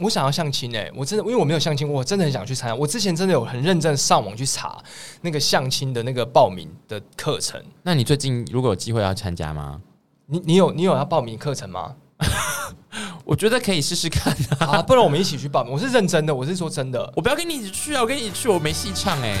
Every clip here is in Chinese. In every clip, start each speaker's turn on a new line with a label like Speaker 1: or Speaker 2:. Speaker 1: 我想要相亲哎、我真的因为我没有相亲过，我真的很想去参加。我之前真的有很认真上网去查那个相亲的那个报名的课程。
Speaker 2: 那你最近如果有机会要参加吗？
Speaker 1: 你你有你有要报名课程 吗？
Speaker 2: 我觉得可以试试看、啊。
Speaker 1: 好啊，不然我们一起去报名。我是认真的，我是说真的。
Speaker 2: 我不要跟你一起去啊！我跟你一起去，我没戏唱哎、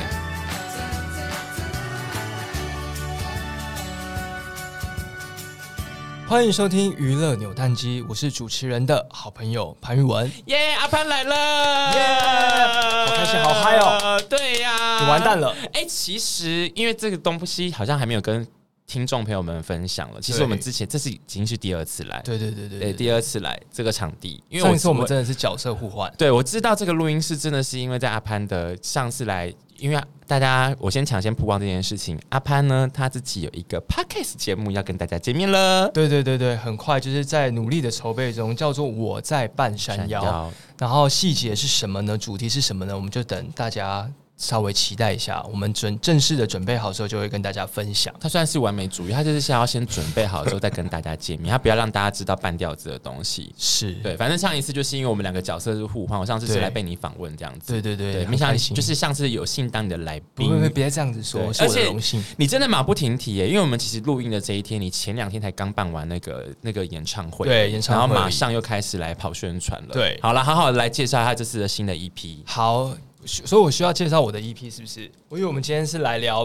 Speaker 1: 欢迎收听娱乐扭蛋机，我是主持人的好朋友潘玉 文。
Speaker 2: 耶、阿潘来了！
Speaker 1: 耶好开心好嗨哦！
Speaker 2: 对呀、
Speaker 1: 你完蛋了，
Speaker 2: 哎、其实因为这个东西好像还没有跟听众朋友们分享了。其实
Speaker 1: 对
Speaker 2: 我们之前这是已经是第二次来，
Speaker 1: 对对对对
Speaker 2: 对，第二次来这个场地，因为
Speaker 1: 上一次我
Speaker 2: 我
Speaker 1: 们真的是角色互换。
Speaker 2: 对，我知道这个录音室真的是因为在阿潘的上次来，因为大家我先抢先曝光这件事情。阿潘呢，他自己有一个 podcast 节目要跟大家见面了。
Speaker 1: 对对对对，很快就是在努力的筹备中，叫做我在半山腰。
Speaker 2: 闪耀
Speaker 1: 然后细节是什么呢？主题是什么呢？我们就等大家稍微期待一下，我们准正式的准备好之后，就会跟大家分享。
Speaker 2: 他算是完美主义，他就是想要先准备好之后再跟大家见面，他不要让大家知道半吊子的东西。
Speaker 1: 是，
Speaker 2: 对，反正上一次就是因为我们两个角色是互换，我上次是
Speaker 1: 对
Speaker 2: 来被你访问这样子。
Speaker 1: 对对对，
Speaker 2: 对，
Speaker 1: 很
Speaker 2: 没想
Speaker 1: 开
Speaker 2: 到你
Speaker 1: 心
Speaker 2: 就是上次有幸当你的来
Speaker 1: 不不不，
Speaker 2: 宾。
Speaker 1: 别这样子说，
Speaker 2: 对
Speaker 1: 是我
Speaker 2: 而
Speaker 1: 的
Speaker 2: 且
Speaker 1: 荣幸。
Speaker 2: 你真的马不停蹄耶！因为我们其实录音的这一天，你前两天才刚办完那个那个演唱会，
Speaker 1: 对演唱会
Speaker 2: 然后马上又开始来跑宣传了。
Speaker 1: 对
Speaker 2: 好了，好好地来介绍他这次的新的 E EP。
Speaker 1: 好，所以我需要介绍我的 EP 是不是？我以为我们今天是来聊，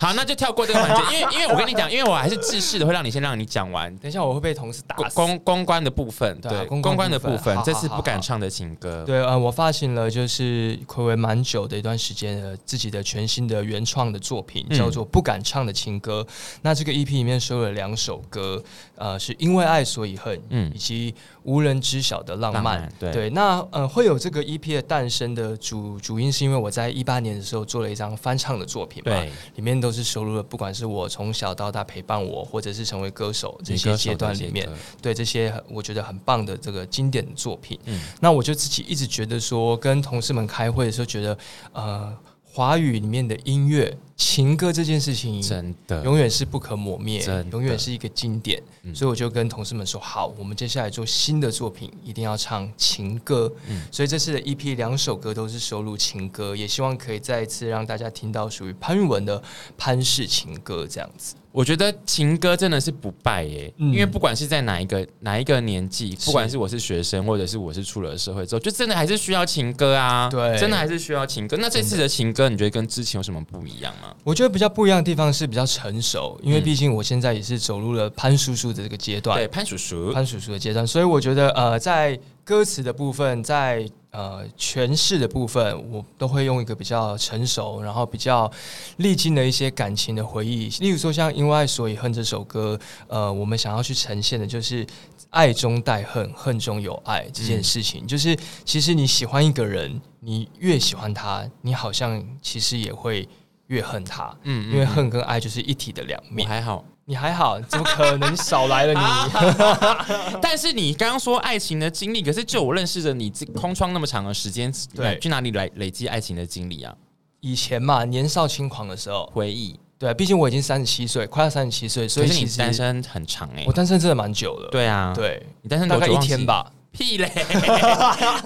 Speaker 2: 好，那就跳过这个环节， 因为因为我跟你讲，因为我还是制式的，会让你先让你讲完
Speaker 1: 等一下我会被同事打
Speaker 2: 公
Speaker 1: 死。
Speaker 2: 公公关的部分，
Speaker 1: 对啊
Speaker 2: 对
Speaker 1: 公关
Speaker 2: 公关的
Speaker 1: 部分
Speaker 2: 部分
Speaker 1: 好，
Speaker 2: 这次
Speaker 1: 好
Speaker 2: 不敢
Speaker 1: 好
Speaker 2: 唱的情歌。
Speaker 1: 对，呃，我发行了就是暌违蛮久的一段时间的自己的全新的原创的作品，
Speaker 2: 嗯
Speaker 1: 叫做《不敢唱的情歌》。那这个 EP 里面收了两首歌，呃，是因为爱所以恨，
Speaker 2: 嗯
Speaker 1: 以及无人知晓的浪漫。
Speaker 2: 浪漫对
Speaker 1: 那呃，会有这个 EP 的诞生的主主因是因为我在一八年的时候做了一张翻唱的作品嘛，
Speaker 2: 对，
Speaker 1: 里面都是收录了不管是我从小到大陪伴我，或者是成为歌手这
Speaker 2: 女
Speaker 1: 些
Speaker 2: 歌手
Speaker 1: 阶
Speaker 2: 的
Speaker 1: 段
Speaker 2: 这
Speaker 1: 里面
Speaker 2: 个，
Speaker 1: 对这些很我觉得很棒的这个经典的作品。
Speaker 2: 嗯
Speaker 1: 那我就自己一直觉得说，跟同事们开会的时候，觉得呃，华语里面的音乐情歌这件事情，
Speaker 2: 真的，
Speaker 1: 永远是不可磨灭
Speaker 2: 真，的
Speaker 1: 永远是一个经典。
Speaker 2: 嗯
Speaker 1: 所以我就跟同事们说，好，我们接下来做新的作品，一定要唱情歌。
Speaker 2: 嗯
Speaker 1: 所以这次的 EP 两首歌都是收录情歌，也希望可以再一次让大家听到属于潘玉文的潘氏情歌这样子。
Speaker 2: 我觉得情歌真的是不败耶，
Speaker 1: 嗯
Speaker 2: 因为不管是在哪一个哪一个年纪，
Speaker 1: 是
Speaker 2: 不管是我是学生，或者是我是出了社会之后，就真的还是需要情歌啊，
Speaker 1: 对
Speaker 2: 真的还是需要情歌。那这次的情歌，你觉得跟之前有什么不一样吗？
Speaker 1: 我觉得比较不一样的地方是比较成熟，因为
Speaker 2: 嗯
Speaker 1: 毕竟我现在也是走入了潘叔叔的这个阶段。
Speaker 2: 对，潘叔叔，
Speaker 1: 潘叔叔的阶段，所以我觉得呃，在歌词的部分，在呃诠释的部分，我都会用一个比较成熟，然后比较历经了一些感情的回忆。例如说像《因为爱所以恨》这首歌，呃，我们想要去呈现的就是爱中带恨，恨中有爱这件事
Speaker 2: 嗯
Speaker 1: 情。就是其实你喜欢一个人，你越喜欢他，你好像其实也会越恨他，
Speaker 2: 嗯
Speaker 1: 因为恨跟爱就是一体的两
Speaker 2: 我
Speaker 1: 面。
Speaker 2: 还好，
Speaker 1: 你还好，怎么可能少来了你？
Speaker 2: 但是你刚刚说爱情的经历，可是就我认识的你，这空窗那么长的时间，
Speaker 1: 对
Speaker 2: 去哪里来累积爱情的经历啊？
Speaker 1: 以前嘛，年少轻狂的时候，
Speaker 2: 回忆，
Speaker 1: 对、啊，毕竟我已经三十七岁，快要三十七岁，所
Speaker 2: 可
Speaker 1: 以
Speaker 2: 是
Speaker 1: 其
Speaker 2: 你
Speaker 1: 实
Speaker 2: 单身很长哎、
Speaker 1: 我单身真的蛮久了，
Speaker 2: 对啊，
Speaker 1: 对，
Speaker 2: 你单身
Speaker 1: 大
Speaker 2: 多
Speaker 1: 概
Speaker 2: 久
Speaker 1: 一
Speaker 2: 忘记
Speaker 1: 天？吧。
Speaker 2: 屁嘞，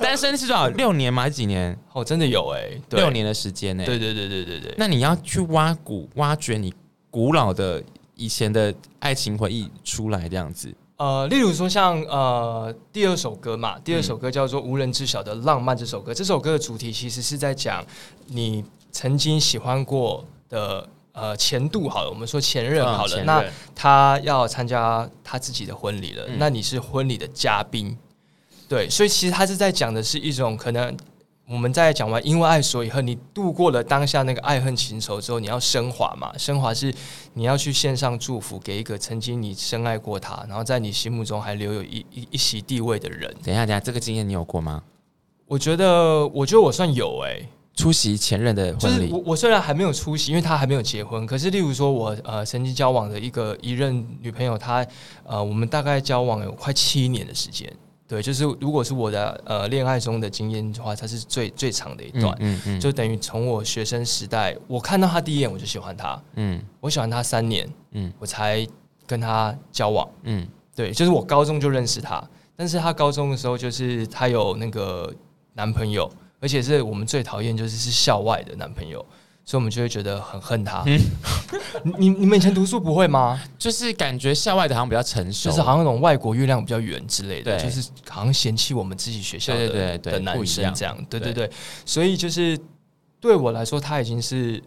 Speaker 2: 单身是多少？六年吗？还是几年？
Speaker 1: 哦，真的有哎、对
Speaker 2: 六，年的时间呢、欸
Speaker 1: 对对对对对对。
Speaker 2: 那你要去挖古挖掘你古老的以前的爱情回忆出来，这样子。
Speaker 1: 呃，例如说像呃第二首歌嘛，第二
Speaker 2: 嗯
Speaker 1: 首歌叫做《无人知晓的浪漫》这首歌，这首歌的主题其实是在讲你曾经喜欢过的呃前度好了，我们说前任好
Speaker 2: 嗯前
Speaker 1: 了，
Speaker 2: 任
Speaker 1: 那他要参加他自己的婚礼了，
Speaker 2: 嗯
Speaker 1: 那你是婚礼的嘉宾，对，所以其实他是在讲的是一种可能。我们在讲完因为爱所以恨，你度过了当下那个爱恨情仇之后，你要升华嘛？升华是你要去献上祝福给一个曾经你深爱过他，然后在你心目中还留有一一一席地位的人。
Speaker 2: 等一下，等一下，这个经验你有过吗？
Speaker 1: 我觉得，我觉得我算有哎、
Speaker 2: 出席前任的
Speaker 1: 就
Speaker 2: 婚
Speaker 1: 是
Speaker 2: 礼，
Speaker 1: 我我虽然还没有出席，因为他还没有结婚，可是例如说我呃曾经交往的一个一任女朋友，她呃我们大概交往有快七年的时间，对，就是如果是我的呃恋爱中的经验的话，它是最最长的一段，
Speaker 2: 嗯嗯
Speaker 1: 就等于从我学生时代，我看到她第一眼我就喜欢她，
Speaker 2: 嗯
Speaker 1: 我喜欢她三年，
Speaker 2: 嗯
Speaker 1: 我才跟她交往。
Speaker 2: 嗯，
Speaker 1: 对，就是我高中就认识他，但是她高中的时候就是她有那个男朋友，而且是我们最讨厌就是是校外的男朋友，所以我们就会觉得很恨她。
Speaker 2: 嗯
Speaker 1: 你 你你们以前读书不会吗？
Speaker 2: 就是感觉校外的好像比较成熟，
Speaker 1: 就是好像那种外国月亮比较圆之类的，
Speaker 2: 对
Speaker 1: 就是好像嫌弃我们自己学校的
Speaker 2: 对对对对
Speaker 1: 的
Speaker 2: 不
Speaker 1: 男
Speaker 2: 一
Speaker 1: 生
Speaker 2: 样
Speaker 1: 这样，对对对，所以就是对我来说，他已经是有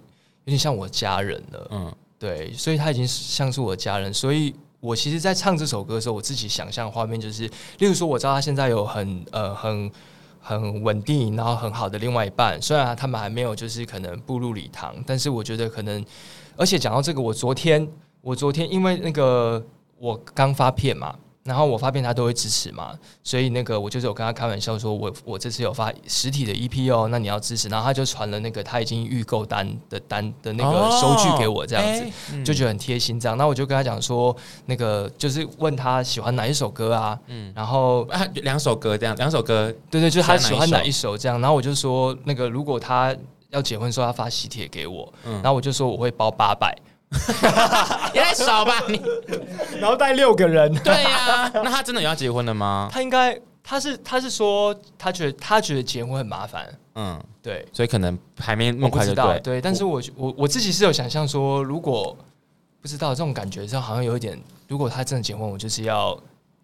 Speaker 1: 点像我家人了，
Speaker 2: 嗯，
Speaker 1: 对，所以他已经是像是我家人，所以我其实，在唱这首歌的时候，我自己想象的画面就是，例如说，我知道他现在有很呃很。很稳定，然后很好的另外一半，虽然他们还没有就是可能步入礼堂，但是我觉得可能，而且讲到这个，我昨天我昨天因为那个我刚发片嘛，然后我发片他都会支持嘛，所以那个我就是有跟他开玩笑说我，我这次有发实体的 EP 哦，那你要支持，然后他就传了那个他已经预购单的单的那个收据给我，这样子、
Speaker 2: 哦哎
Speaker 1: 就觉得很贴心。这样，那我就跟他讲说，那个就是问他喜欢哪一首歌啊，嗯，然后
Speaker 2: 嗯啊，两首歌这样，两首歌
Speaker 1: 对对，就是他
Speaker 2: 喜
Speaker 1: 喜
Speaker 2: 欢哪一
Speaker 1: 欢哪
Speaker 2: 首
Speaker 1: 一首这样，然后我就说那个如果他要结婚的时候，他发喜帖给我，
Speaker 2: 嗯
Speaker 1: 然后我就说我会包八百，
Speaker 2: 也太少吧 你？
Speaker 1: 然后带六个人，
Speaker 2: 对呀、那他真的有要结婚了吗？
Speaker 1: 他应该他是他是说他觉得他觉得结婚很麻烦，
Speaker 2: 嗯，
Speaker 1: 对，
Speaker 2: 所以可能还没那
Speaker 1: 我
Speaker 2: 么
Speaker 1: 不
Speaker 2: 快
Speaker 1: 知
Speaker 2: 就
Speaker 1: 道，
Speaker 2: 对，
Speaker 1: 对，但是我我我自己是有想象说，如果不知道这种感觉是好像有一点，如果他真的结婚，我就是要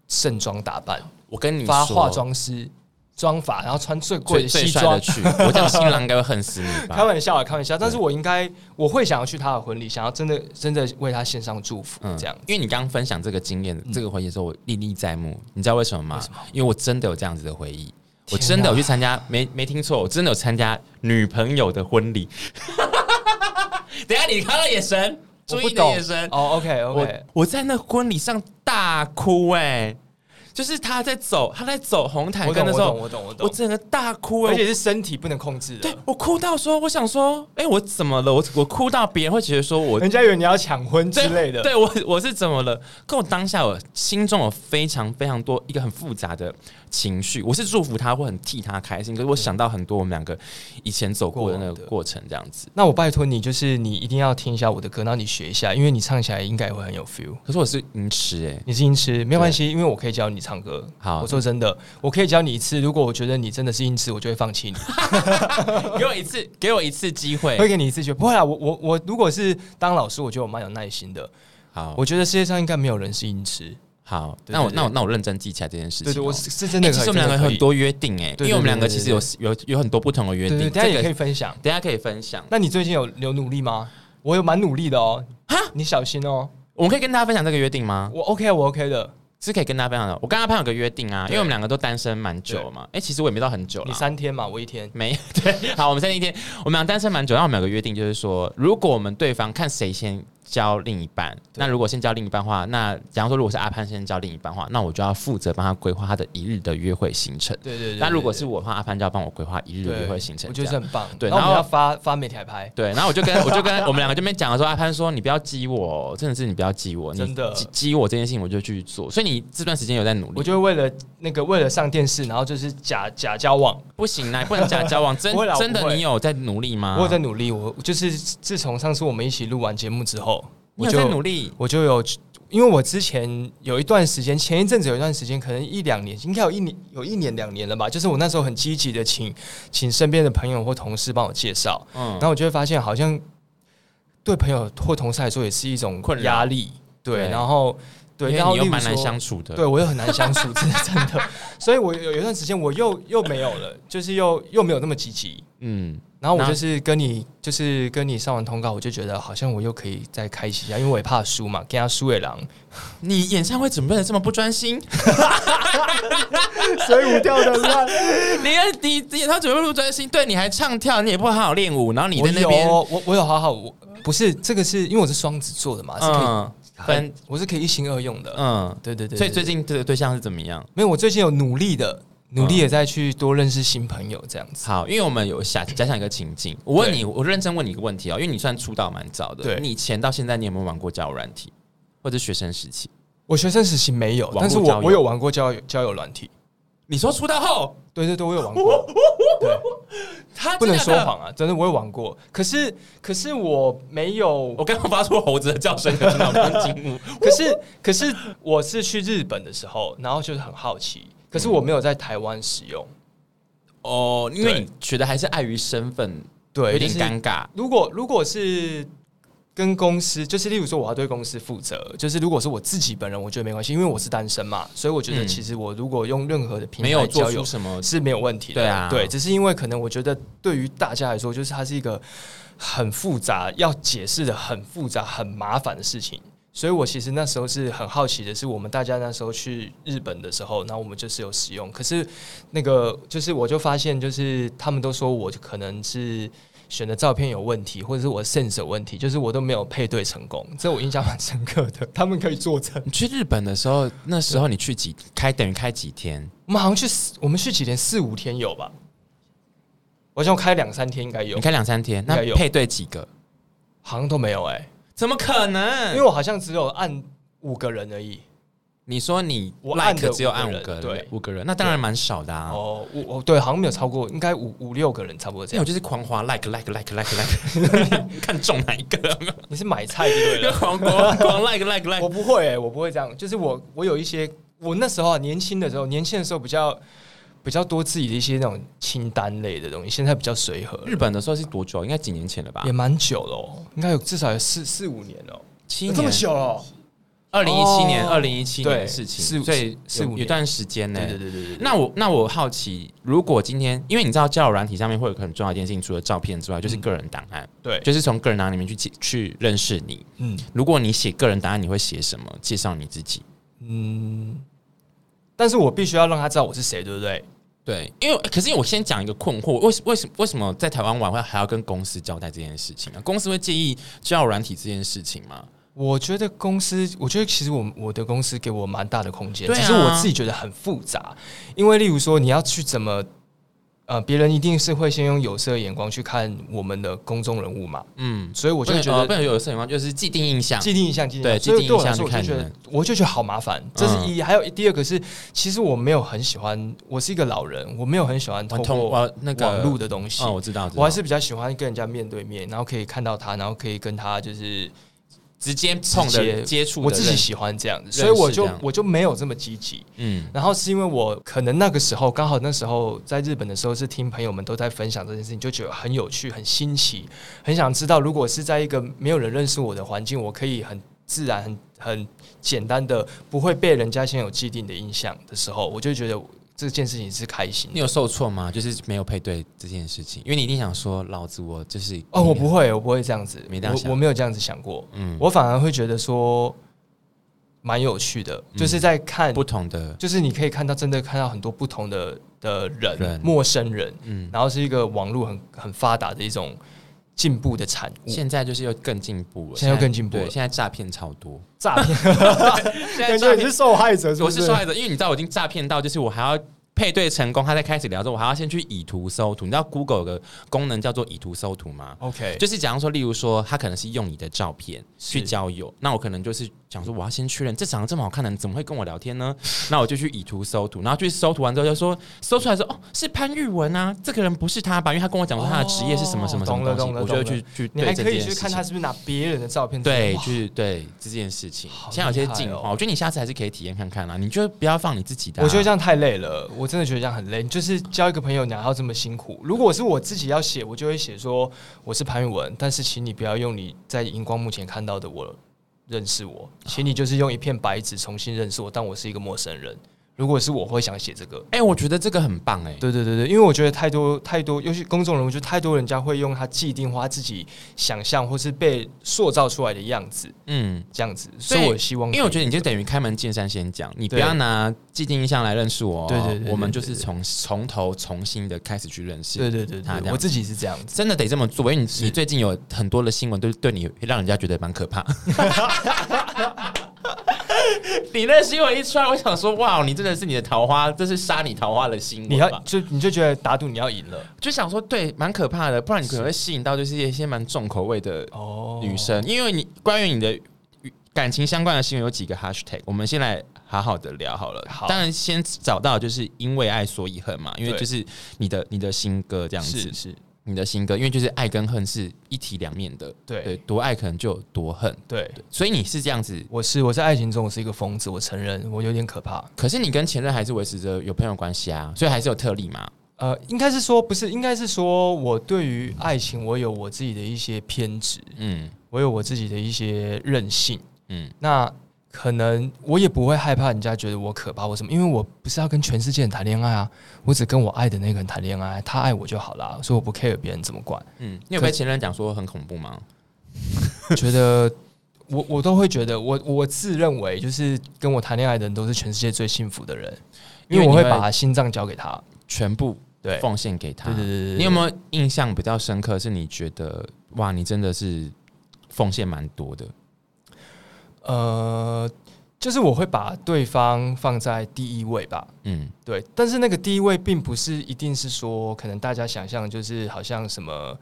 Speaker 1: 盛装打扮，
Speaker 2: 我跟你
Speaker 1: 发
Speaker 2: 说，
Speaker 1: 化妆师妆法，然后穿最贵
Speaker 2: 最
Speaker 1: 的
Speaker 2: 最
Speaker 1: 西
Speaker 2: 帅的
Speaker 1: 装。
Speaker 2: 去，我讲新郎应该会恨死你
Speaker 1: 开
Speaker 2: 吧？
Speaker 1: 玩笑啊，开玩笑，但是我应该我会想要去他的婚礼，想要真的真的为他献上祝福，这样。
Speaker 2: 因为你刚刚分享这个经验、这个回忆的时候，我历历在目。你嗯知道为什么吗？因为我真的有这样子的回忆，我真的有去参加，没没听错，我真的有参加女朋友的婚礼。 等一下你看到眼神，注
Speaker 1: 我
Speaker 2: 意
Speaker 1: 不
Speaker 2: 你的
Speaker 1: 懂
Speaker 2: 眼神，
Speaker 1: 哦，OK
Speaker 2: 我
Speaker 1: OK，
Speaker 2: 我在那婚礼上大哭哎、就是他在走，他在走红毯
Speaker 1: 我
Speaker 2: 跟
Speaker 1: 懂
Speaker 2: 的
Speaker 1: 我
Speaker 2: 时候，
Speaker 1: 懂我懂我
Speaker 2: 我
Speaker 1: 懂，
Speaker 2: 整个大哭哎、
Speaker 1: 而
Speaker 2: 我
Speaker 1: 且是身体不能控制
Speaker 2: 对
Speaker 1: 的，
Speaker 2: 我哭到说，我想说，哎、我怎么了？我我哭到别人会觉得说我
Speaker 1: 人家以为你要抢婚之
Speaker 2: 对
Speaker 1: 类的。
Speaker 2: 对我 我是怎么了？可我当下我心中有非常非常多一个很复杂的情绪，我是祝福他，或很替他开心，可是我想到很多我们两个以前走过的那
Speaker 1: 过
Speaker 2: 个
Speaker 1: 的
Speaker 2: 过程，这样子。
Speaker 1: 那我拜托你，就是你一定要听一下我的歌，然后你学一下，因为你唱起来应该也会很有 feel。
Speaker 2: 可是我是云池哎、
Speaker 1: 你是音痴没有关系，因为我可以教你唱歌。
Speaker 2: 好
Speaker 1: 我说真的，我可以教你一次。如果我觉得你真的是音痴，我就会放弃你，
Speaker 2: 给我一次，给我一次机会
Speaker 1: 会。给你一次机会。不会啊，我我我如果是当老师，我觉得我蛮有耐心的。
Speaker 2: 好，
Speaker 1: 我觉得世界上应该没有人是音痴。
Speaker 2: 好，
Speaker 1: 对
Speaker 2: 那我
Speaker 1: 对对
Speaker 2: 那我那我认真记起来这件事情哦、
Speaker 1: 对对，我是是真
Speaker 2: 欸
Speaker 1: 的
Speaker 2: 其
Speaker 1: 可以。
Speaker 2: 实我们两个
Speaker 1: 真的可以
Speaker 2: 很多约定哎、
Speaker 1: 对
Speaker 2: 因为我们两个
Speaker 1: 对
Speaker 2: 其
Speaker 1: 对
Speaker 2: 实有有有很多不同的约
Speaker 1: 对
Speaker 2: 定，
Speaker 1: 对，大家也可
Speaker 2: 这
Speaker 1: 以
Speaker 2: 个
Speaker 1: 分享。
Speaker 2: 等一下可以分享。
Speaker 1: 那你最近有有努力吗？我有蛮努力的哦。你小心哦。
Speaker 2: 我们可以跟大家分享这个约定吗？
Speaker 1: 我 OK，我 OK 的。
Speaker 2: 是可以跟大家分享的。我跟阿潘有个约定啊，
Speaker 1: 对
Speaker 2: 因为我们两个都单身蛮久嘛。哎、其实我也没到很久了。
Speaker 1: 你三天嘛，我一天。
Speaker 2: 没 对，好，我们三天一天，我们俩单身蛮久，那我们有个约定，就是说，如果我们对方看谁先交另一半，那如果先交另一半的话，那假如说如果是阿潘先交另一半的话，那我就要负责帮他规划他的一日的约会行程。
Speaker 1: 对对对。
Speaker 2: 那如果
Speaker 1: 对
Speaker 2: 是我的话，阿潘就要帮我规划一日的约
Speaker 1: 对
Speaker 2: 会行程。
Speaker 1: 我觉得
Speaker 2: 这样
Speaker 1: 是很棒。
Speaker 2: 对
Speaker 1: 然后我们
Speaker 2: 然后
Speaker 1: 要发发媒体海拍。
Speaker 2: 对，然后我就跟我就跟我们两个这边讲了说，阿潘说你不要激我哦，真的是你不要激我，你
Speaker 1: 真的
Speaker 2: 激激我这件事情我就去做，所以你这段时间有在努
Speaker 1: 我
Speaker 2: 力，
Speaker 1: 就为了那个为了上电视，然后就是假假交往，
Speaker 2: 不行啦，你不能假交往，真
Speaker 1: 不会啦我
Speaker 2: 真
Speaker 1: 不
Speaker 2: 的
Speaker 1: 会
Speaker 2: 你有在努力吗？
Speaker 1: 我有在，努力。我就是自从上次我们一起录完节目之后，我
Speaker 2: 你有在
Speaker 1: 就
Speaker 2: 努力，
Speaker 1: 我就有，因为我之前有一段时间，前一阵子有一段时间，可能一两年，应该有一年有一年两年了吧。就是我那时候很积极的请请身边的朋友或同事帮我介绍，
Speaker 2: 嗯
Speaker 1: 然，后我就会发现好像对朋友或同事来说也是一种
Speaker 2: 困扰
Speaker 1: 压力，对，
Speaker 2: 对
Speaker 1: 然后对，
Speaker 2: 因
Speaker 1: 然
Speaker 2: 为
Speaker 1: 后
Speaker 2: 你又
Speaker 1: 例如
Speaker 2: 蛮难
Speaker 1: 说
Speaker 2: 相处的，
Speaker 1: 对我又很难相处，这是真的。所以我有有一段时间我又又没有了，就是又又没有那么积极。
Speaker 2: 嗯，
Speaker 1: 然后我
Speaker 2: 那
Speaker 1: 就是跟你，就是跟你上完通告，我就觉得好像我又可以再开启一下，因为我也怕输嘛，跟他输也狼，
Speaker 2: 你演唱会准备的这么不专心，
Speaker 1: 水舞跳的 烂。
Speaker 2: 你你你演唱会准备得不专心，对，你还唱跳，你也不好好练舞，然后你在那
Speaker 1: 我有
Speaker 2: 边
Speaker 1: 哦我我有好好，我不是这个是因为我是双子座的嘛，是可以、
Speaker 2: 嗯分
Speaker 1: 我是可以一心二用的。
Speaker 2: 嗯，
Speaker 1: 对对对对
Speaker 2: 所以最
Speaker 1: 对
Speaker 2: 近这个对象是怎么样？
Speaker 1: 没有，我最近有努力的，努力也在去多认识新朋友这样子。
Speaker 2: 好，因为我们有想假想一个情境，我问你，我认真问你一个问题哦，因为你算出道蛮早的，
Speaker 1: 对
Speaker 2: 你以前到现在你有没有玩过交友软体，或者学生时期？
Speaker 1: 我学生时期没有，
Speaker 2: 网络
Speaker 1: 但是
Speaker 2: 交
Speaker 1: 我
Speaker 2: 友
Speaker 1: 我有玩过交友交友软体。
Speaker 2: 你说出道后，
Speaker 1: 对对对，我有玩 过。对。
Speaker 2: 他
Speaker 1: 不能说
Speaker 2: 真的，
Speaker 1: 谎啊，真的我有玩过，可是可是我没有，
Speaker 2: 我刚刚发出猴子的叫 声，有听到我们惊呼，
Speaker 1: 可是可是我是去日本的时候，然后就是很好奇，可是我没有在台湾使用。
Speaker 2: 哦，因为你觉得还是碍于身份，
Speaker 1: 对，
Speaker 2: 有点
Speaker 1: 就是
Speaker 2: 尴尬。
Speaker 1: 如果如果是跟公司，就是例如说我要对公司负责，就是如果是我自己本人，我觉得没关系，因为我是单身嘛，所以我觉得
Speaker 2: 嗯
Speaker 1: 其实我如果用任何的平
Speaker 2: 没有
Speaker 1: 台
Speaker 2: 做
Speaker 1: 交
Speaker 2: 出
Speaker 1: 友
Speaker 2: 什么，
Speaker 1: 是没有问题的。
Speaker 2: 对啊
Speaker 1: 对，只是因为可能我觉得对于大家来说，就是它是一个很复杂、要解释的很复杂、很麻烦的事情。所以我其实那时候是很好奇的，是我们大家那时候去日本的时候，然后我们就是有使用，可是那个就是我就发现，就是他们都说我可能是选的照片有问题，或者是我的 sense 有问题，就是我都没有配对成功，这我印象蛮深刻的。他们可以作证，
Speaker 2: 你去日本的时候，那时候你去几开等于开几天？
Speaker 1: 我们好像去四我们去几天，四五天有吧？我想我开两三天应该有
Speaker 2: 你，开两三天，那
Speaker 1: 应该有
Speaker 2: 配对几个？
Speaker 1: 好像都没有哎、
Speaker 2: 怎么可能？
Speaker 1: 因为我好像只有按五个人而已。
Speaker 2: 你说你
Speaker 1: 我按
Speaker 2: like
Speaker 1: 的
Speaker 2: 只有按
Speaker 1: 五
Speaker 2: 五
Speaker 1: 个人
Speaker 2: 个人，
Speaker 1: 对
Speaker 2: 五个人，那当然蛮少的啊。
Speaker 1: 哦，五哦对，好像没有超过，应该五五六个人差不多这
Speaker 2: 因
Speaker 1: 样。
Speaker 2: 为我就是狂滑 like like like like like，看 中哪一个，
Speaker 1: 你是买菜就对
Speaker 2: 就
Speaker 1: 了，
Speaker 2: 狂狂狂 like like like
Speaker 1: 我
Speaker 2: like。
Speaker 1: 不会、欸，我不会这样。就是我我有一些，我那时候啊年轻的时候，年轻的时候比较比较多自己的一些那种清单类的东西，现在比较随和了，
Speaker 2: 日本的时候是多久？啊应该几年前了吧
Speaker 1: 也？蛮久了、哦，应该有至少有四四五年了、哦，
Speaker 2: 七
Speaker 1: 有这
Speaker 2: 年
Speaker 1: 么，久了哦、
Speaker 2: 二零一七年，
Speaker 1: 哦
Speaker 2: 二零一七年的
Speaker 1: 对
Speaker 2: 事情，
Speaker 1: 四五
Speaker 2: 所以
Speaker 1: 四五
Speaker 2: 有
Speaker 1: 年
Speaker 2: 有段时间呢
Speaker 1: 对。对对对对对，
Speaker 2: 那我那我好奇，如果今天，因为你知道交友软体上面会有一个很重要的一件事情，除了照片之外，就是
Speaker 1: 嗯
Speaker 2: 个人档案，
Speaker 1: 对，
Speaker 2: 就是从个人档案里面去记去认识你。
Speaker 1: 嗯
Speaker 2: 如果你写个人档案，你会写什么？介绍你自己？
Speaker 1: 嗯，但是我必须要让他知道我是谁，对不对？
Speaker 2: 对，因为可是我先讲一个困惑，为什为什为什么在台湾玩会还要跟公司交代这件事情呢、公司会介意交友软体这件事情吗？
Speaker 1: 我觉得公司，我觉得其实我我的公司给我蛮大的空间，
Speaker 2: 对啊
Speaker 1: 只是我自己觉得很复杂。因为例如说，你要去怎么，呃，别人一定是会先用有色的眼光去看我们的公众人物嘛，
Speaker 2: 嗯，
Speaker 1: 所以我
Speaker 2: 我
Speaker 1: 就觉得
Speaker 2: 不能有什么，就是既定印象。
Speaker 1: 既定印象，既定
Speaker 2: 对
Speaker 1: 印象所以对我来
Speaker 2: 既
Speaker 1: 说，
Speaker 2: 定印
Speaker 1: 我就
Speaker 2: 象去
Speaker 1: 觉
Speaker 2: 看你嗯
Speaker 1: 得
Speaker 2: 们
Speaker 1: 我就觉得好麻烦，这是一。还有第二个是，其实我没有很喜欢，我是一个老人，我没有很喜欢
Speaker 2: 我
Speaker 1: 通
Speaker 2: 通
Speaker 1: 过
Speaker 2: 我那个
Speaker 1: 网络的东西
Speaker 2: 哦，。我知道，知道
Speaker 1: 我还是比较喜欢跟人家面对面，然后可以看到他，然后可以跟他就是
Speaker 2: 直接碰的
Speaker 1: 接
Speaker 2: 接触的
Speaker 1: 我
Speaker 2: 人，
Speaker 1: 自己喜欢这样子，
Speaker 2: 识
Speaker 1: 所以我
Speaker 2: 这
Speaker 1: 就
Speaker 2: 样
Speaker 1: 我就没有这么积极。
Speaker 2: 嗯
Speaker 1: 然后是因为我可能那个时候刚好那时候在日本的时候是听朋友们都在分享这件事情，就觉得很有趣、很新奇，很想知道如果是在一个没有人认识我的环境，我可以很自然、很很简单的，不会被人家先有既定的印象的时候，我就觉得这件事情是开心
Speaker 2: 你
Speaker 1: 的。
Speaker 2: 有受挫吗？就是没有配对这件事情，因为你一定想说，老子我就是
Speaker 1: 哦，我不，会，我不会这样子，
Speaker 2: 没这样想
Speaker 1: 我我没有这样子想过，
Speaker 2: 嗯，
Speaker 1: 我反而会觉得说蛮有趣的，就是在看
Speaker 2: 嗯不同的，
Speaker 1: 就是你可以看到真的看到很多不同的的人，
Speaker 2: 人
Speaker 1: 陌生人，
Speaker 2: 嗯，
Speaker 1: 然后是一个网络很很发达的一种进步的产物，
Speaker 2: 现在就是又更进步了，
Speaker 1: 嗯现在又更进步了
Speaker 2: 对现在诈骗超多，
Speaker 1: 诈 骗，
Speaker 2: 现在诈骗，
Speaker 1: 受害者
Speaker 2: 我是受害者，因为你知道我已经诈骗到，就是我还要。配对成功，他才开始聊着，我还要先去以图搜图。你知道 Google 有个功能叫做以图搜图吗？
Speaker 1: ，OK，
Speaker 2: 就是假如说，例如说，他可能是用你的照片去
Speaker 1: 是
Speaker 2: 交友，那我可能就是想说，我要先确认这长得这么好看的人怎么会跟我聊天呢？那我就去以图搜图，然后去搜图完之后就说，搜出来说，哦，是潘玉文啊，这个人不是他吧？因为他跟我讲说他的职业是什么什么什
Speaker 1: 哦懂
Speaker 2: 么
Speaker 1: 了
Speaker 2: 东西，
Speaker 1: 懂了
Speaker 2: 我就会
Speaker 1: 懂了
Speaker 2: 去去
Speaker 1: 你
Speaker 2: 对
Speaker 1: 还
Speaker 2: 这
Speaker 1: 可以
Speaker 2: 件
Speaker 1: 去
Speaker 2: 事
Speaker 1: 看
Speaker 2: 情
Speaker 1: 他。是不是拿别人的照片，
Speaker 2: 对，
Speaker 1: 哇
Speaker 2: 去对这件事情，
Speaker 1: 好
Speaker 2: 现在有些
Speaker 1: 厉害
Speaker 2: 进化，
Speaker 1: 哦
Speaker 2: 我觉得你下次还是可以体验看看啦。你就不要放你自己的啊、
Speaker 1: 我觉得这样太累了，我真的觉得这样很累。就是交一个朋友，哪要这么辛苦？如果是我自己要写，我就会写说我是潘玉文，但是请你不要用你在荧光幕前看到的我认识我，请你就是用一片白纸重新认识我，当我是一个陌生人。如果是我会想写这个，
Speaker 2: 哎、我觉得这个很棒哎、
Speaker 1: 对对对对，因为我觉得太多太多，尤其公众人物，就太多人家会用他既定化他自己想象或是被塑造出来的样子
Speaker 2: 嗯。
Speaker 1: 这样子，所
Speaker 2: 所以
Speaker 1: 以我希望
Speaker 2: 因
Speaker 1: 可以，
Speaker 2: 为我觉得你就等于开门见山先讲，你不
Speaker 1: 对
Speaker 2: 要拿既定印象来认识我哦、
Speaker 1: 对对对对
Speaker 2: 我们
Speaker 1: 对
Speaker 2: 就
Speaker 1: 对
Speaker 2: 是从从头重新的开始去认识。
Speaker 1: 对对对
Speaker 2: 啊他这
Speaker 1: 对，
Speaker 2: 样
Speaker 1: 我自己是这样子。
Speaker 2: 真的得这么做，因为你你最近有很多的新闻都对你让人家觉得蛮可怕。 你那新闻一出来，我想说，哇，你真的是你的桃花，这是杀你桃花的新闻吧。
Speaker 1: 你要就你就觉得打赌你要赢了
Speaker 2: 就想说，对，蛮可怕的，不然你可能会吸引到就是一些蛮重口味的
Speaker 1: 哦
Speaker 2: 女生，因为你关于你的与感情相关的新闻有几个 hashtag，我们先来好好的聊好了。
Speaker 1: 好
Speaker 2: 当然先找到就是因为爱所以恨嘛，因为
Speaker 1: 对
Speaker 2: 就是你的你的新歌这样子
Speaker 1: 是。是，
Speaker 2: 你的新歌，因为就是爱跟恨是一体两面的，
Speaker 1: 对
Speaker 2: 多爱可能就有多恨，
Speaker 1: 对，
Speaker 2: 所以你是这样子。
Speaker 1: 我是我在爱情中我是一个疯子，我承认我有点可怕。
Speaker 2: 可是你跟前任还是维持着有朋友关系啊，所以还是有特例嘛。
Speaker 1: 呃，应该是说不是，应该是说我对于爱情我有我自己的一些偏执，
Speaker 2: 嗯
Speaker 1: 我有我自己的一些任性。
Speaker 2: 嗯，
Speaker 1: 那可能我也不会害怕人家觉得我可怕或什么，因为我不是要跟全世界人谈恋爱啊，我只跟我爱的那个人谈恋爱，他爱我就好啦，所以我不 care 别人怎么管。
Speaker 2: 嗯，你有被前任讲说很恐怖吗？
Speaker 1: 觉得我我都会觉得我我自认为就是跟我谈恋爱的人都是全世界最幸福的人，因
Speaker 2: 因为
Speaker 1: 为我
Speaker 2: 你
Speaker 1: 会
Speaker 2: 会
Speaker 1: 把心脏交给他。
Speaker 2: 全部
Speaker 1: 对
Speaker 2: 奉献给他。
Speaker 1: 对对对对对
Speaker 2: 你有没有印象比较深刻？是你觉得哇，你真的是奉献蛮多的。
Speaker 1: 呃，就是我会把对方放在第一位吧。
Speaker 2: 嗯
Speaker 1: 对，但是那个第一位并不是一定是说，可能大家想象就是好像什么，